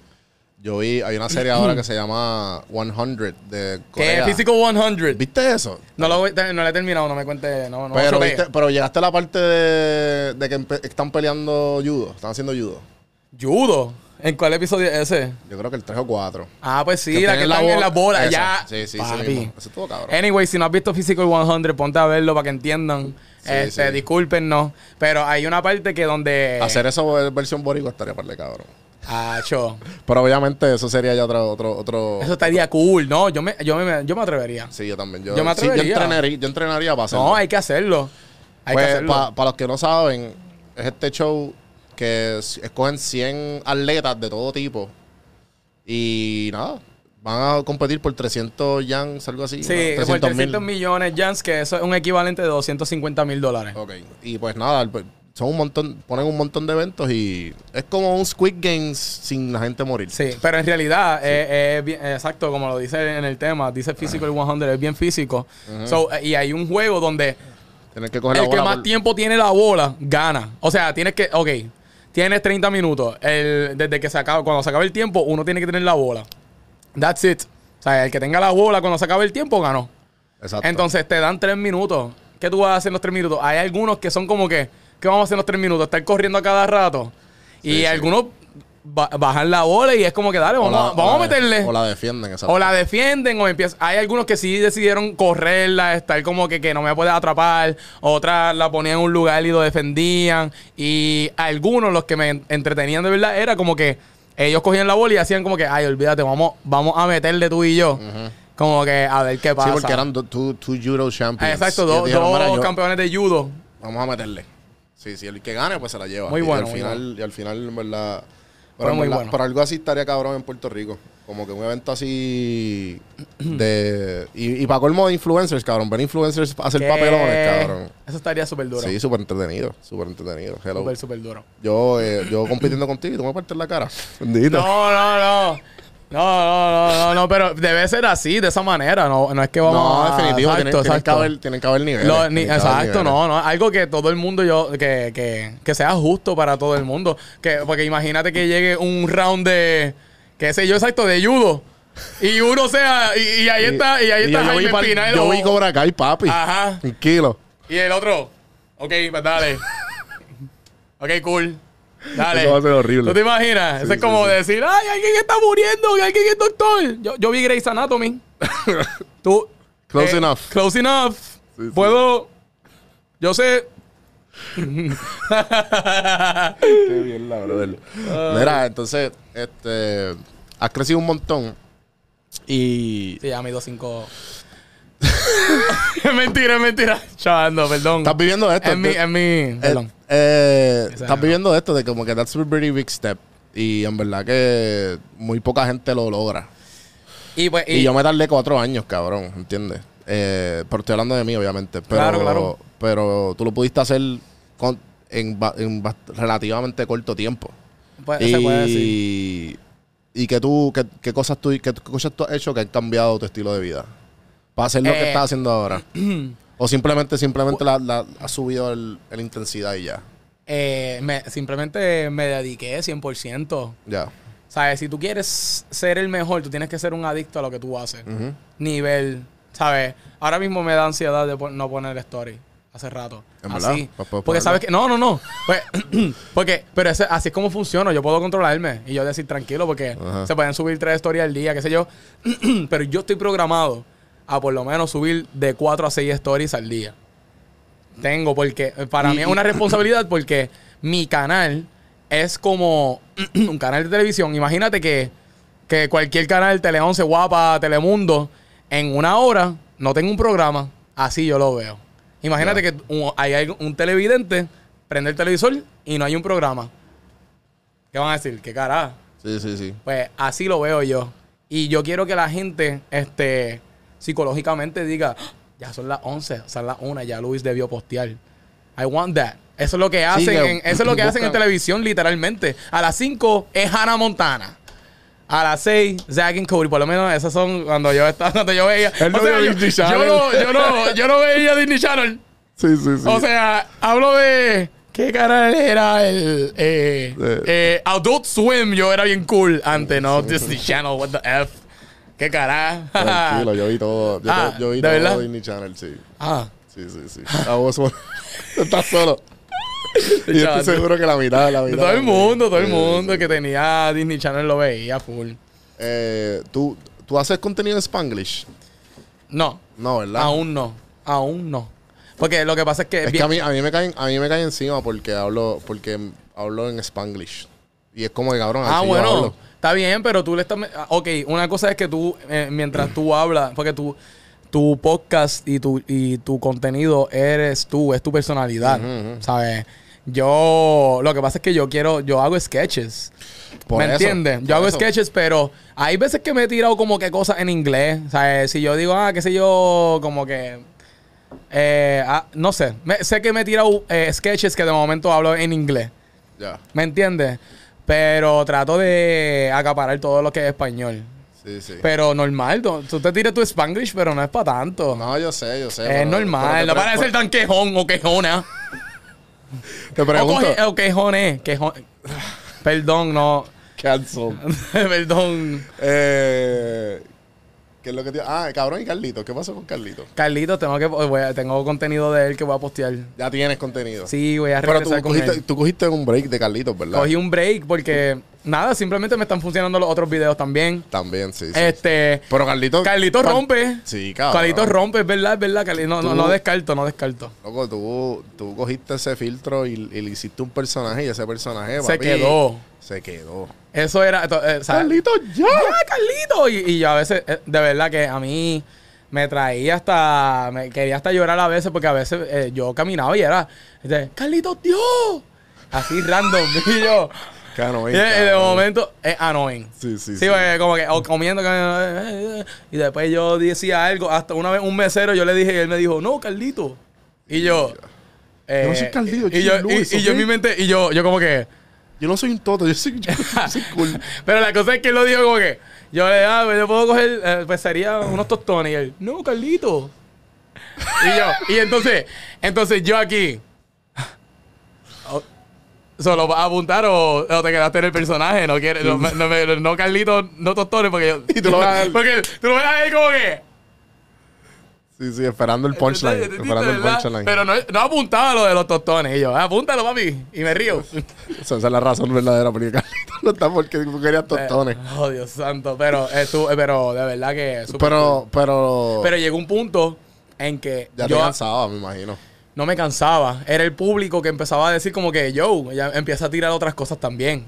Yo vi, hay una serie ahora que se llama 100 de Que Corea. es Físico 100. ¿Viste eso? No lo, voy- no lo he terminado, no me cuente. No, no pero, choquee. viste- pero llegaste a la parte de, de que empe- están peleando judo, están haciendo judo. Judo. ¿En cuál episodio es ese? Yo creo que el 3 o 4. Ah, pues sí, la que están en la bola. Ya. Sí, sí, Papi. Eh. sí. mismo. Eso estuvo cabrón. Anyway, si no has visto Physical 100, ponte a verlo para que entiendan. Sí, este, sí. discúlpenos. Pero hay una parte que donde. Hacer eso en versión boricua estaría par de cabrón. Acho. Pero obviamente eso sería ya otro... otro, otro Eso estaría cool, ¿no? Yo me, yo me, yo me atrevería. Sí, yo también. Yo, Yo me sí, yo atrevería. entrenaría, yo entrenaría para hacerlo. No, hay que hacerlo. Hay Pues, que hacerlo. para los que no saben, es este show que es- escogen 100 atletas de todo tipo. Y nada, van a competir por 300 yans, algo así. Sí, ¿no? por 300.000. 300 millones, Jans, que eso es un equivalente de 250 mil dólares. Ok, y pues nada, el- son un montón, ponen un montón de eventos y es como un Squid Games sin la gente morir. Sí, pero en realidad, eh, eh, bien- eh, exacto, como lo dice en el tema, dice Physical 100, es bien físico. So, eh, y hay un juego donde Tienen que coger la el que bola más por- tiempo tiene la bola gana. O sea, tienes que, ok, tienes 30 minutos. El, desde que se acaba, cuando se acaba el tiempo, uno tiene que tener la bola. That's it. O sea, el que tenga la bola cuando se acabe el tiempo ganó. Exacto. Entonces te dan tres minutos. ¿Qué tú vas a hacer en los tres minutos? Hay algunos que son como que, ¿qué vamos a hacer en los tres minutos? Estar corriendo a cada rato. Y Sí, sí. algunos ba- bajan la bola y es como que, dale, O vamos, la- a- o vamos a la- meterle. O la defienden, exacto. O la defienden o empiezan. Hay algunos que sí decidieron correrla, estar como que, que no me puede atrapar. Otras la ponían en un lugar y lo defendían. Y algunos, los que me en- entretenían de verdad, era como que ellos cogían la bola y hacían como que, ay, olvídate, vamos, vamos a meterle tú y yo. Como que a ver qué sí, pasa. porque eran do- two, two judo Ah, champions. Exacto, Y dos, dijeron, dos "Mira, yo- campeones de judo. Vamos a meterle. Sí, sí, el que gane, pues se la lleva. Muy Y bueno, al muy final, bueno. Y al final, en verdad. Pero Pero, en muy verdad- bueno. pero algo así estaría cabrón en Puerto Rico. Como que un evento así de. Y, y para colmo de influencers, cabrón. Ver influencers hacer ¿Qué? papelones, cabrón. Eso estaría súper duro. Sí, súper entretenido. Súper entretenido. Hello. Súper, súper duro. Yo, eh, yo compitiendo contigo y tú me partes la cara. Bendito. No, no, no. No, no, no, no, no, pero debe ser así, de esa manera. No, no es que vamos no, a. definitivo. Exacto, tienen, tienen exacto. que haber, tienen que haber niveles. Lo- ni- tienen que haber exacto, niveles. no, no. Algo que todo el mundo, yo, que, que, que sea justo para todo el mundo. Que, porque imagínate que llegue un round de, qué sé yo, exacto, de judo. Y uno sea, y, y ahí está, y ahí Y está yo, yo Jaime vi pal- Pinal, yo o- vi Cobra Kai, papi. Ajá. Tranquilo. Y el otro, ok, pues dale. ok, cool. Dale. Eso va a ser horrible. ¿Tú te imaginas? Eso Sí, es como sí, sí. decir, ay, alguien está muriendo, que alguien es doctor. Yo, yo vi Grey's Anatomy. Tú. eh, Close enough. Close enough. sí. Puedo. Yo sé. Qué bien la brother. Ah. Mira, entonces, este, has crecido un montón. Y Sí, ya me dio cinco. es mentira, es mentira. Chavando, perdón. estás viviendo esto. Es mi, te- es mi. eh, Perdón. eh, Esa- estás viviendo esto de como que that's a pretty big step. Y en verdad que muy poca gente lo logra. Y, pues, Y, yo me tardé cuatro años, cabrón, ¿entiendes? Eh, pero estoy hablando de mí, obviamente. Pero, Claro, claro. Pero tú lo pudiste hacer con- en, ba- en bast- relativamente corto tiempo. pues, Y, se puede decir. y que tú, qué, qué cosas tú, qué cosas tú has hecho que han cambiado tu estilo de vida. Para hacer lo Eh. que estás haciendo ahora. o simplemente, simplemente la, la- has subido el- la intensidad y ya. Eh, me- simplemente me dediqué 100%. Ya. ¿Sabes? Si tú quieres ser el mejor, tú tienes que ser un adicto a lo que tú haces. Ujú. Nivel, ¿sabes? Ahora mismo me da ansiedad de pon- no poner story. Hace rato. ¿En verdad? Así. Pa- puedo Porque ponerlo. sabes que. No, no, no. Pues, porque, pero ese- así es como funciona. Yo puedo controlarme y yo decir tranquilo porque Ajá. se pueden subir tres stories al día, qué sé yo. pero yo estoy programado a por lo menos subir de cuatro a seis stories al día. Tengo, porque eh, para Y- mí es y- una responsabilidad porque mi canal es como un canal de televisión. Imagínate que, que cualquier canal, Tele 11, Guapa, Telemundo, en una hora no tengo un programa. Así yo lo veo. Imagínate que un- hay algo- un televidente, prende el televisor y no hay un programa. ¿Qué van a decir? ¿Qué carajo? Sí, sí, sí. Pues así lo veo yo. Y yo quiero que la gente este, psicológicamente diga, "Ah, ya son las 11, son las 1, ya Luis debió postear. I want that. Eso es lo que hacen, que en, eso es lo que hacen en buscan- televisión literalmente. A las 5 es Hannah Montana. A las 6, Zack and Cody. Por lo menos esas son cuando yo estaba, cuando yo veía. Él no O sea, vio yo, Disney yo Channel. no, yo no- yo no veía Disney Channel. Sí, sí, sí. O sea, hablo de. ¿Qué canal era el. Eh, De- eh, Adult Swim, yo era bien cool antes, ¿no? Disney Channel, what the F. ¿Qué carajo? Tranquilo, yo vi todo. Yo, Ah, yo vi ¿de todo verdad? Disney Channel, sí. ah, Sí, sí, sí. A vos solo. Estás solo. y yo Chaval. estoy seguro que la mitad, la de mitad. todo el mundo, todo el Sí, mundo sí. que tenía Disney Channel lo veía full. Eh, ¿tú, ¿Tú haces contenido en Spanglish? No, No, ¿verdad? aún no, aún no. Porque lo que pasa es que. Es que bien- a mí, a mí me caen, a mí me caen encima porque hablo, porque hablo en Spanglish. Y es como que cabrón. Ah, así yo bueno. hablo. Está bien, pero tú le estás... me- ah, Ok, una cosa es que tú, eh, mientras tú hablas, porque tú, tu podcast y tu, y tu contenido eres tú, es tu personalidad, Ujú, ujú. ¿sabes? Yo, lo que pasa es que yo quiero, yo hago sketches. Por ¿Me eso, entiendes? por Yo hago eso. sketches, pero hay veces que me he tirado como que cosas en inglés. ¿sabes? Si yo digo, ah, qué sé yo, como que. eh, ah, no sé. Me- sé que me he tirado eh, sketches que de momento hablo en inglés. Ya. ¿Me entiendes? Pero trato de acaparar todo lo que es español. Sí, sí. Pero normal, tú tú te tiras tu spanglish, pero no es para tanto. no, yo sé, yo sé. es pero- normal. pero No te pre- para de ser tan quejón o quejona. Te O, pregunto. Oh, coge- o quejone. quejone. Perdón, no. Cancel. Perdón. Eh, ¿Qué es lo que te... Ah, cabrón y Carlito. ¿Qué pasó con Carlito? Carlitos, tengo que voy a- tengo contenido de él que voy a postear. Ya tienes contenido. Sí, voy a Pero regresar tú con él. cogiste, tú cogiste un break de Carlitos, ¿verdad? Cogí un break porque nada, simplemente me están funcionando los otros videos también. También, sí. sí. Este, Pero Carlitos. Carlitos Car- rompe. Sí, cabrón. Carlitos rompe, es verdad, es verdad. Carli- No, no, Tú- no descarto, no descarto. Loco, tú, tú cogiste ese filtro y, y le hiciste un personaje y ese personaje Se papi, quedó. Se quedó. Eso era. to- eh, o sea, Carlitos, ya. ¡Ya, Carlito! Y, y yo a veces, eh, de verdad que a mí me traía hasta. Me quería hasta llorar a veces porque a veces eh, yo caminaba y era. este, ¡Carlito, Dios! Así random. y yo. Cano, Y ven, de, de cabrón. momento es annoying. Sí, Sí, sí, sí. porque como que o comiendo eh, eh, y después yo decía algo. Hasta una vez un mesero yo le dije y él me dijo, no, Carlito. Y yo. eh, no soy Carlito, y, soy yo, y, Luis, y yo en ¿ok? mi mente, y yo, yo como que. Yo no soy un toto, yo soy, yo soy cool. Pero la cosa es que él lo dijo como que, Yo le ah, pues yo puedo coger, eh, pues sería unos tostones. Y él, no, Carlito. y yo, y entonces, entonces yo aquí. Oh, ¿Solo vas a apuntar o, o te quedaste en el personaje? No quieres, no, me- no, me- no, Carlito, no tostones, porque yo. Y tú lo ves a él. Porque tú lo ves a él como que. Sí, sí, esperando Este el punchline. ¿Entendiste, esperando el verdad? punchline. Pero no, no apuntaba lo de los tostones. Y yo, "Ah, apúntalo, papi. Y me río. O sea, esa es la razón verdadera, porque Carlito no está porque tú querías tostones. Eh, oh, Dios santo. Pero, eh, tú- eh, pero de verdad que. súper Pero, pero, Pero llegó un punto en que ya te yo cansaba, me imagino. no me cansaba. Era el público que empezaba a decir como que yo, ya empieza a tirar otras cosas también.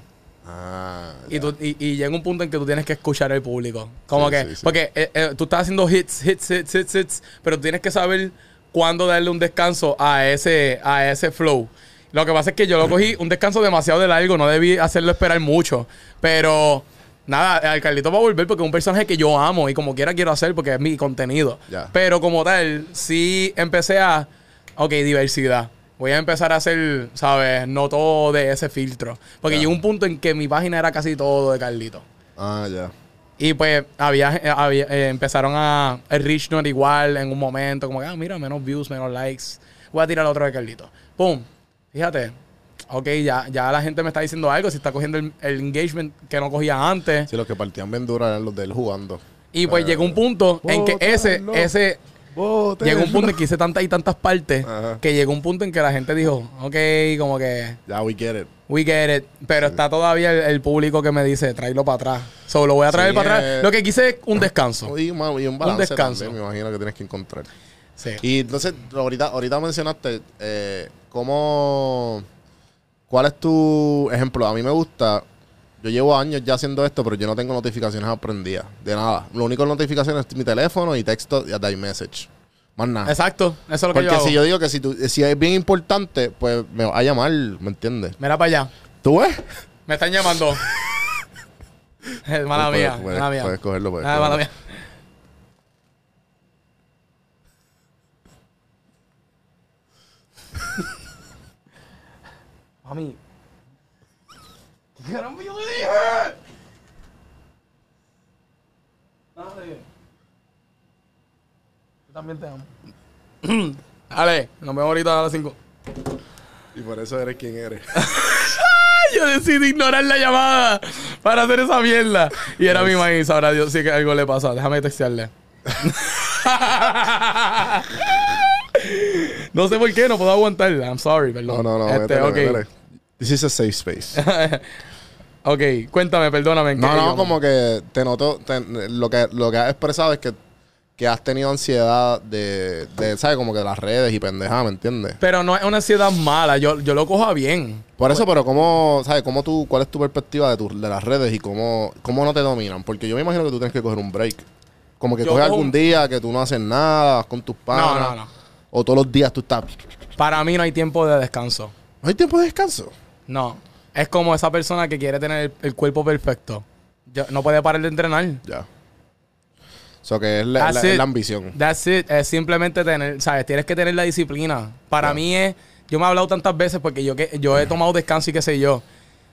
Ah, Y, tú- y- y llega un punto en que tú tienes que escuchar al público. Como Sí, que, sí, sí. porque eh, eh, tú estás haciendo hits, hits, hits, hits, hits, pero tú tienes que saber cuándo darle un descanso a ese, a ese flow. Lo que pasa es que yo lo cogí un descanso demasiado de largo, no debí hacerlo esperar mucho. Pero nada, al Carlito va a volver porque es un personaje que yo amo y como quiera quiero hacer porque es mi contenido. Ya. Pero como tal, sí empecé a. Ok, diversidad. Voy a empezar a hacer, ¿sabes? No todo de ese filtro. Porque Ya. llegó un punto en que mi página era casi todo de Carlito. ah, ya. Y pues había, eh, había- eh, empezaron a. El reach no era igual en un momento. Como que, ah, mira, menos views, menos likes. Voy a tirar otro de Carlito. ¡Pum! Fíjate. Ok, ya, ya la gente me está diciendo algo. Si está cogiendo el, el engagement que no cogía antes. Sí, los que partían bien duro eran los de él jugando. Y pues Eh, llegó un punto en que ese, bótalo. ese, Llegó un punto en que hice tantas y tantas partes Ajá. que llegó un punto en que la gente dijo, ok, como que Ya, we get it. we get it, pero está todavía el, el público que me dice, tráelo para atrás. Solo lo voy a traer Sí, para eh. atrás. Lo que quise es un descanso. Y, ma- y un balance Un descanso. también, me imagino que tienes que encontrar. Sí. Y entonces, ahorita, ahorita mencionaste eh, cómo. ¿Cuál es tu ejemplo? A mí me gusta. Yo llevo años ya haciendo esto, pero yo no tengo notificaciones aprendidas. De nada. Lo único notificaciones es mi teléfono y texto y hasta iMessage. Más nada. Exacto, eso es lo que Porque yo hago. si yo digo que si, tú- si es bien importante, pues me va a llamar, ¿me entiendes? Mira para allá, ¿Tú ves? me están llamando. Eh, mala Puedes- mía, Pues puedes- mala mía. puedes cogerlo, puedes Ah, mala cogerlo. mía. Mami. ¿Qué caramba yo le dije? Dale. Yo también te amo. Ale, nos vemos ahorita a las 5. Y por eso eres quien eres. Yo decidí ignorar la llamada para hacer esa mierda. Y era mi maíz. Ahora Dios sí que algo le pasa. Déjame textearle. no sé por qué, no puedo aguantarla. I'm sorry, No, perdón. no, no. Este, métele, ok. métele. This is a safe space. Ok, cuéntame, perdóname. ¿en qué No, no, íbamos? como que te noto, te- lo, que, lo que has expresado es que, que has tenido ansiedad de, de, ¿sabes? Como que de las redes y pendejadas, ¿me entiendes? Pero no es una ansiedad mala. Yo, yo lo cojo a bien. Por eso, pero cómo, ¿sabes? ¿Cómo tú, cuál es tu perspectiva de, tus de las redes y cómo, cómo no te dominan? Porque yo me imagino que tú tienes que coger un break. Como que Yo coges cojo algún un- día que tú no haces nada, vas con tus panas. no, no. O todos los días tú estás... Para mí no hay tiempo de descanso. No hay tiempo de descanso. No. Es como esa persona que quiere tener el, el cuerpo perfecto. Yo- no puede parar de entrenar. Ya. Eso que es la, That's la- es it. la ambición. That's it. Es simplemente tener, ¿sabes? Tienes que tener la disciplina. Para mí es, yo me he hablado tantas veces porque yo, que, yo he tomado descanso y qué sé yo.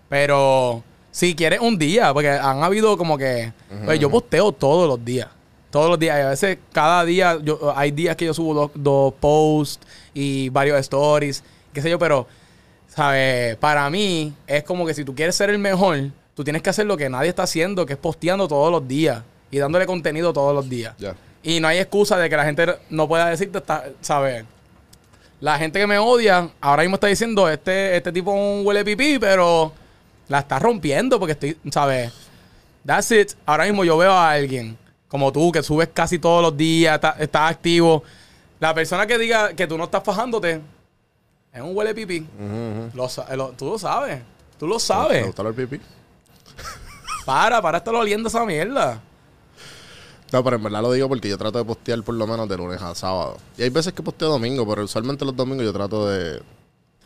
Pero si quieres un día, porque han habido como que, pues, yo posteo todos los días. Todos los días. Y a veces cada día, yo, hay días que yo subo dos, dos posts y varios stories, qué sé yo, pero, ¿sabes? Para mí es como que si tú quieres ser el mejor, tú tienes que hacer lo que nadie está haciendo, que es posteando todos los días y dándole contenido todos los días. Ya. Y no hay excusa de que la gente no pueda decirte, está- ¿sabes? La gente que me odia ahora mismo está diciendo, este, este tipo es un huele pipí, pero la está rompiendo porque estoy, ¿sabes? That's it. Ahora mismo yo veo a alguien como tú que subes casi todos los días, está- estás activo. La persona que diga que tú no estás fajándote es un huele pipí. Ujú, Lo sa- lo- tú lo sabes. Tú lo ujú. ¿Te sabes. gusta el pipí? Para, para estar oliendo esa mierda. No, pero en verdad lo digo porque yo trato de postear por lo menos de lunes a sábado. Y hay veces que posteo domingo, pero usualmente los domingos yo trato de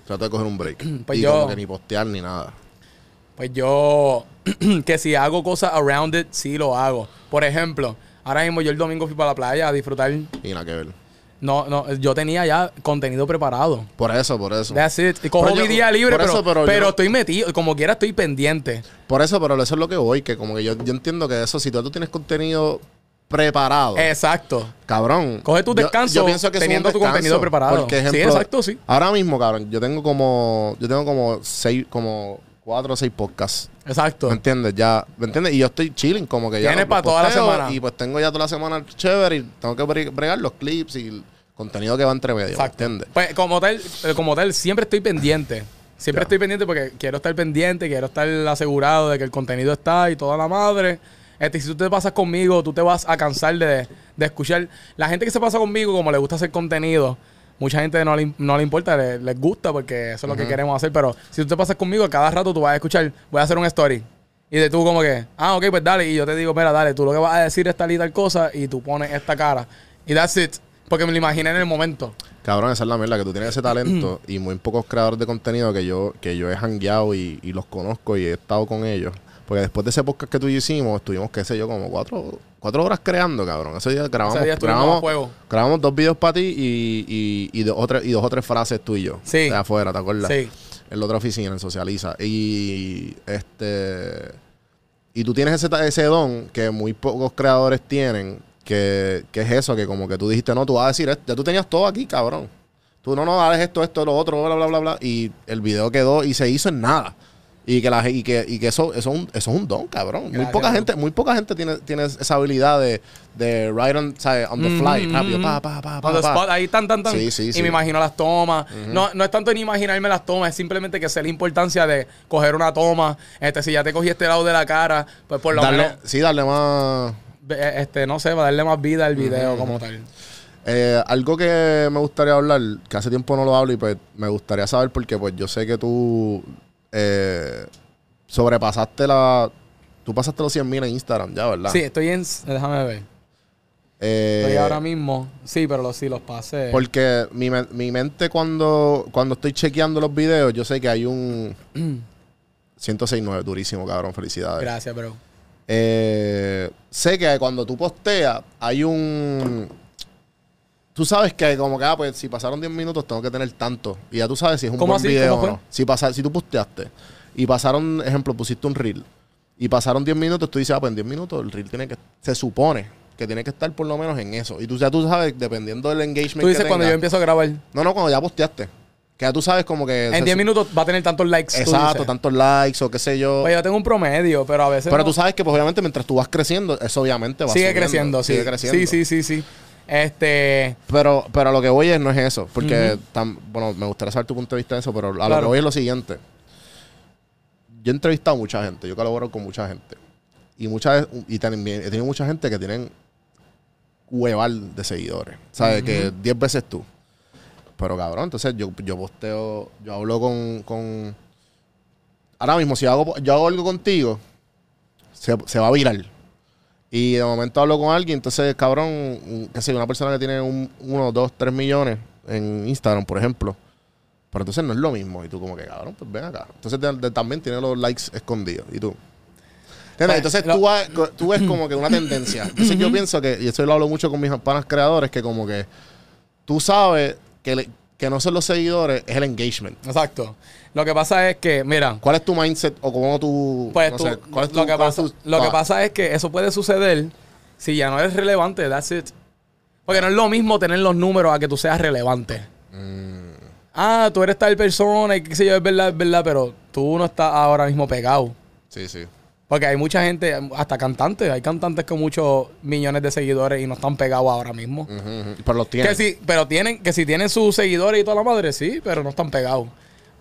trato de coger un break. Pues y yo- como que ni postear ni nada. Pues yo, que si hago cosas around it, sí lo hago. Por ejemplo, ahora mismo yo el domingo fui para la playa a disfrutar. Y nada que ver. No, no, yo tenía ya contenido preparado. Por eso, por eso. That's it. Y Cojo Pero yo- mi día libre, por pero, eso, pero yo pero no- estoy metido. Como quiera, estoy pendiente. Por eso, pero eso es lo que voy, que como que yo, yo entiendo que eso, si tú, tú tienes contenido preparado, Exacto. cabrón. Coge tu yo- descanso Yo, pienso que eso es un teniendo tu contenido descanso, preparado. porque, Sí, ejemplo, exacto, sí. Ahora mismo, cabrón, yo tengo como, yo tengo como seis, como cuatro o seis podcasts. Exacto. ¿Me entiendes? Ya, ¿me entiendes? Y yo estoy chilling, como que ya. Tienes los pa' toda la posteo semana. Y pues tengo ya toda la semana chévere y tengo que bre- bregar los clips y el contenido que va entre medio. ¿Me Exacto. entiendes? Pues como tal, eh, como tal, siempre estoy pendiente. Siempre Ya. estoy pendiente porque quiero estar pendiente, quiero estar asegurado de que el contenido está y toda la madre. Este, si tú te pasas conmigo, tú te vas a cansar de, de escuchar. La gente que se pasa conmigo, como le gusta hacer contenido, mucha gente no le, im- no le importa, le- les gusta porque eso es lo que queremos hacer. Pero si tú te pasas conmigo, a cada rato tú vas a escuchar, voy a hacer un story. Y de tú como que, ah, ok, pues dale. Y yo te digo, mira, dale, tú lo que vas a decir es tal y tal cosa y tú pones esta cara. Y that's it. Porque me lo imaginé en el momento. Cabrón, esa es la mierda, que tú tienes ese talento y muy pocos creadores de contenido que yo, que yo he hangueado y, y los conozco y he estado con ellos. Porque después de ese podcast que tú y yo hicimos, estuvimos, qué sé yo, como cuatro, cuatro horas creando, cabrón. Ese día grabamos, Ese día estuvimos grabamos, a fuego. grabamos dos videos para ti y, y, y, dos, o tres, y dos o tres frases tú y yo. Sí. De afuera, ¿te acuerdas? Sí. en la otra oficina, en Socializa. Y este. Y tú tienes ese, ta- ese don que muy pocos creadores tienen, que, que es eso, que como que tú dijiste, no, tú vas a decir esto. Ya tú tenías todo aquí, cabrón. Tú no, no, haces esto, esto, lo otro, bla, bla, bla, bla. Y el video quedó y se hizo en nada. Y que, la, ge- y que, y que eso, eso, es un, eso es un don, cabrón. Muy Gracias, poca bro. gente, muy poca gente tiene, tiene esa habilidad de, de right on, ¿sabes? on the fly, rápido, pa, pa, pa, pa, Mm. On the pa. spot, ahí tan, tan, tan. Ah, Sí, sí, y sí. me imagino las tomas. no, no es tanto ni imaginarme las tomas, es simplemente que sé la importancia de coger una toma. Este, si ya te cogí este lado de la cara, pues por lo Darle, menos, sí, darle más. eh, este, no sé, va a darle más vida al video como tal. Eh, algo que me gustaría hablar, que hace tiempo no lo hablo y pues me gustaría saber porque pues yo sé que tú eh, sobrepasaste la... Tú pasaste los 100 mil en Instagram ya, ¿verdad? Sí, estoy en. Déjame ver. Eh, Estoy ahora mismo. Sí, pero los, sí, los pasé. Porque mi, men- mi mente cuando, cuando estoy chequeando los videos, yo sé que hay un... 106.9, durísimo, cabrón, felicidades. Gracias, bro. Eh, sé que cuando tú posteas, hay un. Tú sabes que como que, ah, pues si pasaron 10 minutos, tengo que tener tanto. Y ya tú sabes si es un ¿Cómo buen así? video ¿Cómo o fue? no. Si, pasa, si tú posteaste y pasaron, ejemplo, pusiste un reel y pasaron 10 minutos, tú dices, ah, pues en 10 minutos el reel tiene que. Se supone que tiene que estar por lo menos en eso. Y tú ya tú sabes, dependiendo del engagement Tú dices que cuando yo tenga- empiezo a grabar. No, no, cuando ya posteaste. Que ya tú sabes como que. se En 10 su- minutos va a tener tantos likes. tú Exacto, dices. tantos likes o qué sé yo. Pues yo tengo un promedio, pero a veces. Pero no- tú sabes que, pues, obviamente, mientras tú vas creciendo, eso obviamente va Sigue subiendo, creciendo, sí. sigue creciendo. Sí, sí, sí, sí. Este. Pero, pero a lo que voy es, no es eso. Porque, tam- bueno, me gustaría saber tu punto de vista de eso, pero a lo que Claro. voy es lo siguiente. Yo he entrevistado a mucha gente, yo colaboro con mucha gente. Y muchas y también he tenido mucha gente que tienen hueval de seguidores. ¿Sabes? Que 10 veces tú. Pero cabrón, entonces yo, yo posteo, yo hablo con, con- Ahora mismo, si hago, yo hago algo contigo, se, se va a virar. Y de momento hablo con alguien, entonces, cabrón, un- qué sé yo, una persona que tiene un, uno, dos, tres millones en Instagram, por ejemplo. Pero entonces no es lo mismo. Y tú como que, cabrón, pues ven acá. Entonces te- te- también tiene los likes escondidos. Y tú... ¿Entiendes? Pues, entonces lo- tú, vas- tú ves como que una tendencia. Entonces yo pienso que, y eso lo hablo mucho con mis panas creadores, que como que tú sabes que, le- que no son los seguidores, es el engagement. Exacto. Lo que pasa es que, mira, ¿Cuál es tu mindset o cómo tú... pues no tú- sé, cuál es tu- lo, que cuál es pasa, tu- lo que ah, pasa es que eso puede suceder si ya no eres relevante, that's it. Porque no es lo mismo tener los números a que tú seas relevante. Mm. Ah, tú eres tal persona y qué sé yo, es verdad, es verdad, pero tú no estás ahora mismo pegado. Sí, sí. Porque hay mucha gente, hasta cantantes, hay cantantes con muchos millones de seguidores y no están pegados ahora mismo. Ujú, ujú. Pero los Que tienes. si, pero tienen, que si tienen sus seguidores y toda la madre, sí, pero no están pegados.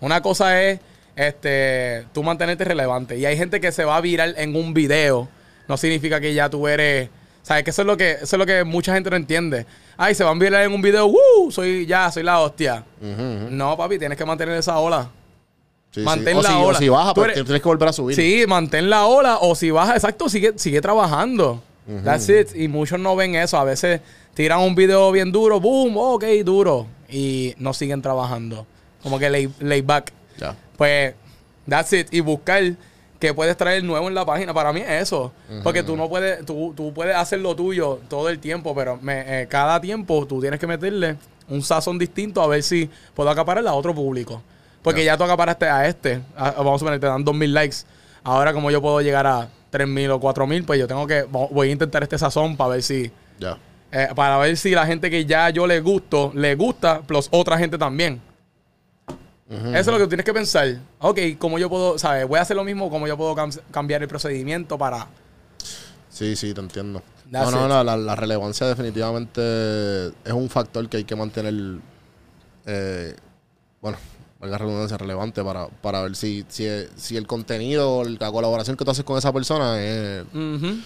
Una cosa es este tú mantenerte relevante. Y hay gente que se va a viral en un video. No significa que ya tú eres. ¿Sabes? Que eso es lo que, eso es lo que mucha gente no entiende. Ay, se van a viral en un video, ¡Woo! Soy ya, soy la hostia. No, papi, tienes que mantener esa ola. Sí, sí. mantén O la si- ola. O si baja, Tú pues eres- tienes que volver a subir. Sí, mantén la ola o si baja, exacto, sigue, sigue trabajando. That's it. Y muchos no ven eso. A veces tiran un video bien duro, boom, ok, duro. Y no siguen trabajando. Como que lay, lay back. Ya. Pues, that's it. Y buscar que puedes traer nuevo en la página. Para mí es eso. Porque tú no puedes, tú, tú puedes hacer lo tuyo todo el tiempo, pero me- eh, cada tiempo tú tienes que meterle un sazón distinto a ver si puedo acaparar a otro público. Porque ya tú acaparaste a este. A- vamos a poner, te dan 2.000 likes. Ahora como yo puedo llegar a 3.000 o 4.000, pues yo tengo que, vo- voy a intentar este sazón para ver si... Ya. eh, para ver si la gente que ya yo le gusto, le gusta, plus otra gente también. Eso es lo que tienes que pensar. Ok, ¿cómo yo puedo, sabes? Voy a hacer lo mismo, ¿cómo yo puedo cam- cambiar el procedimiento para... Sí, sí, te entiendo. That's no, no, it. la, la- la relevancia definitivamente es un factor que hay que mantener, eh, bueno, valga la redundancia, relevante para, para ver si, si, si el contenido, la colaboración que tú haces con esa persona es... Ujú.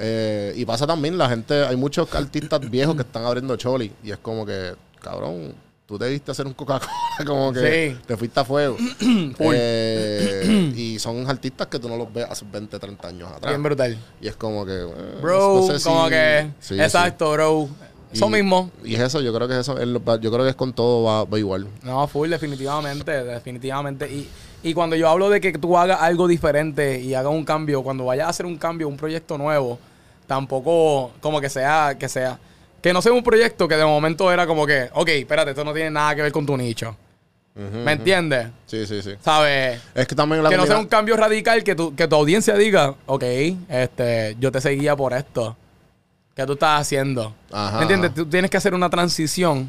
Eh, y pasa también, la gente, hay muchos artistas viejos que están abriendo Choli. Y es como que, cabrón, tú te diste hacer un Coca-Cola, como que Sí. te fuiste a fuego. Full. Eh, y son artistas que tú no los ves hace 20, 30 años atrás. Bien brutal. Y es como que. eh, Bro, Ah, no sé si- como que... Sí, sí. exacto, bro. Eso Y- mismo. Y es eso, yo creo que es eso. es lo- Yo creo que es con todo, va, va igual. No, full, definitivamente, definitivamente. Y, y cuando yo hablo de que tú hagas algo diferente y hagas un cambio, cuando vayas a hacer un cambio, un proyecto nuevo, tampoco como que sea, que sea, que no sea un proyecto que de momento era como que, ok, espérate, esto no tiene nada que ver con tu nicho. ¿Me entiendes? Sí, sí, sí. ¿Sabes? Es que también la Que no sea comunidad- un cambio radical, que tu, que tu audiencia diga, ok, este, yo te seguía por esto. ¿Qué tú estás haciendo? Ajá, ¿Me entiendes? ajá. Tú tienes que hacer una transición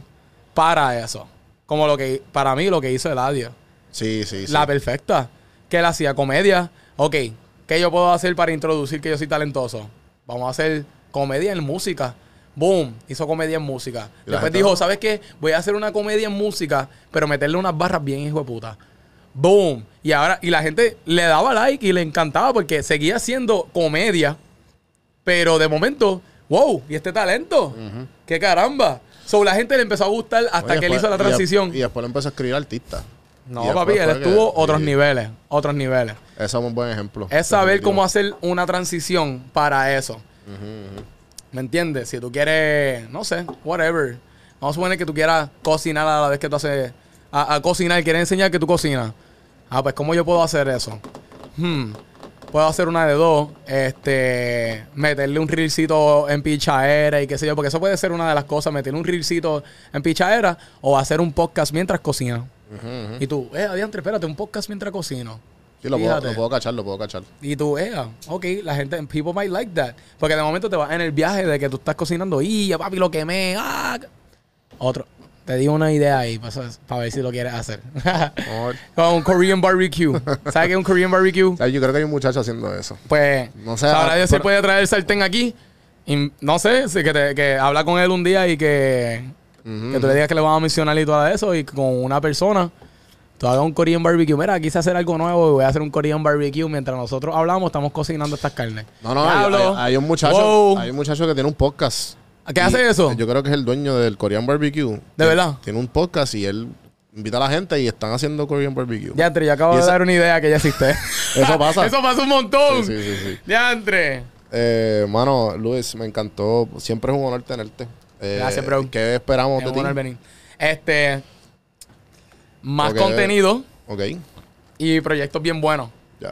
para eso. Como lo que, para mí, lo que hizo Eladio. Sí, sí, sí. La perfecta. Que él hacía comedia. Ok, ¿qué yo puedo hacer para introducir que yo soy talentoso? Vamos a hacer comedia en música. Boom, hizo comedia en música. Y la Después gente- dijo, ¿sabes qué? Voy a hacer una comedia en música, pero meterle unas barras bien hijo de puta. Boom. Y ahora, y la gente le daba like y le encantaba porque seguía haciendo comedia. Pero de momento, wow, ¿y este talento? ¡Qué caramba! So, la gente le empezó a gustar hasta Oye, que él después- hizo la y de- transición. Y, después lo empezó a escribir artista. Y No, después papi, él fue que- estuvo otros sí. niveles, otros niveles. Eso es un buen ejemplo. Es saber Definitivo. cómo hacer una transición para eso. ¿Me entiendes? Si tú quieres, no sé, whatever. Vamos a suponer que tú quieras cocinar a la vez que tú haces... A, a cocinar, quieres enseñar que tú cocinas. Ah, pues, ¿cómo yo puedo hacer eso? Hmm, Puedo hacer una de dos. Este... Meterle un reelcito en pichadera y qué sé yo. Porque eso puede ser una de las cosas. Meterle un reelcito en pichadera o hacer un podcast mientras cocinas. Y tú, eh, adiantre, espérate, un podcast mientras cocino. Sí, lo puedo, Fíjate. lo puedo cachar, lo puedo cachar. Y tú, ea, ok, la gente, people might like that. Porque de momento te vas en el viaje de que tú estás cocinando y ya papi lo quemé. ah". Otro, te di una idea ahí para ver si lo quieres hacer. Vamos a ver. Con un Korean barbecue. ¿Sabes qué es un Korean barbecue? Ay, Yo creo que hay un muchacho haciendo eso. Pues, No no sé, sé, ah, sabrá Dios si pero- puede traer el sartén aquí. Y no sé, si que, te- que habla con él un día y que, que tú le digas que le vas a mencionar y todo eso. Y con una persona, tú hagas un Korean barbecue. Mira, quise hacer algo nuevo y voy a hacer un Korean barbecue. Mientras nosotros hablamos, estamos cocinando estas carnes. No, no, hay, Diablo. hay- hay un muchacho, Wow. hay un muchacho que tiene un podcast. ¿Qué Y hace eso? Yo creo que es el dueño del Korean Barbecue. Que verdad? Tiene un podcast y él invita a la gente y están haciendo Korean Barbecue. Diantre, yo acabo Y de esa- dar una idea que ya existe. Eso pasa. Eso pasa un montón. Sí, sí, sí, sí. Diantre. Eh, mano, Luis, me encantó. Siempre es un honor tenerte. Eh, Gracias, bro. ¿Qué esperamos de Tengo ti? un Alberín. Este, más Ok. contenido Ok, y proyectos bien buenos. ya.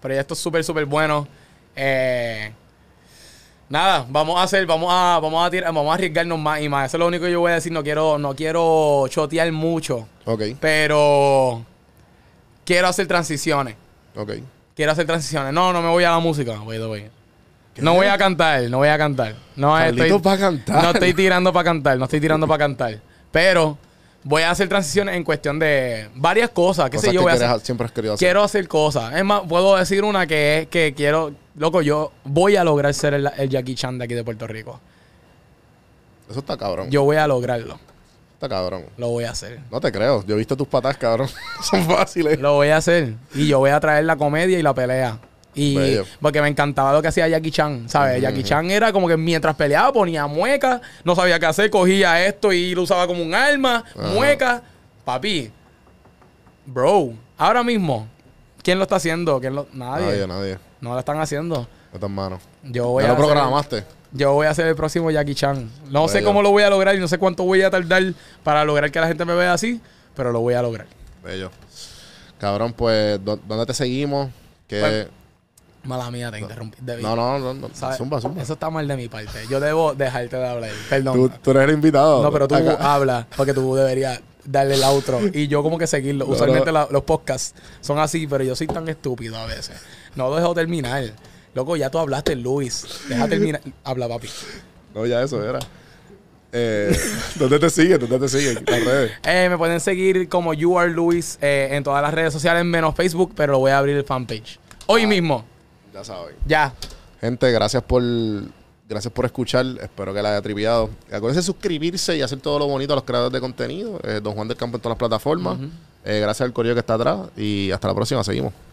proyectos súper, súper buenos. Eh, nada, vamos a hacer, vamos a, vamos a tirar, vamos a arriesgarnos más y más. Eso es lo único que yo voy a decir. No quiero, no quiero chotear mucho, Ok, pero quiero hacer transiciones. ok. Quiero hacer transiciones. No, no me voy a la música, by the way. No voy a cantar, no voy a cantar. No Carlitos estoy, va a cantar. No estoy tirando para cantar, no estoy tirando para cantar. Pero voy a hacer transiciones en cuestión de varias cosas. ¿Qué Cosas sé yo? que Voy a quieres hacer- ha- siempre has querido hacer. Quiero hacer cosas. Es más, puedo decir una que es que quiero. Loco, yo voy a lograr ser el, el Jackie Chan de aquí de Puerto Rico. Eso está cabrón. Yo voy a lograrlo. Está cabrón. Lo voy a hacer. No te creo. Yo he visto tus patas, cabrón. Son fáciles. Lo voy a hacer. Y yo voy a traer la comedia y la pelea. Y Bello. porque me encantaba lo que hacía Jackie Chan, ¿sabes? Jackie Chan era como que mientras peleaba ponía muecas, no sabía qué hacer, cogía esto y lo usaba como un arma, Ajá. muecas. Papi, bro, ahora mismo, ¿quién lo está haciendo? ¿Quién lo- Nadie. Nadie, nadie. No lo están haciendo. No tan mano. Yo voy ya a lo hacer- programaste. Yo voy a ser el próximo Jackie Chan. No sé Bello. cómo lo voy a lograr y no sé cuánto voy a tardar para lograr que la gente me vea así, pero lo voy a lograr. Bello. Cabrón, pues, ¿dó- ¿dónde te seguimos? Que, Pues, Mala mía, te interrumpí. Debí- no, no, no, no, Pues, ¿sabes? Zumba, zumba. Eso está mal de mi parte. Yo debo dejarte de hablar. Perdón. Tú, tú eres el invitado. no, pero tú ah. Acá- hablas porque tú deberías darle el outro y yo como que seguirlo. No, Usualmente no. la- los podcasts son así, pero yo soy tan estúpido a veces. No dejo terminar. Loco, ya tú hablaste, Luis. Deja terminar. Habla, papi. No, ya eso era. Eh, ¿Dónde te siguen? ¿Dónde te siguen? Las redes. Eh, me pueden seguir como You Are Luis eh, en todas las redes sociales menos Facebook, pero voy a abrir el fanpage. Hoy mismo. Ya saben. Ya. Gente, gracias por gracias por escuchar. Espero que la haya triviado. Acuérdense de suscribirse y hacer todo lo bonito a los creadores de contenido. Eh, Don Juan del Campo en todas las plataformas. Eh, gracias al correo que está atrás. Y hasta la próxima. Seguimos.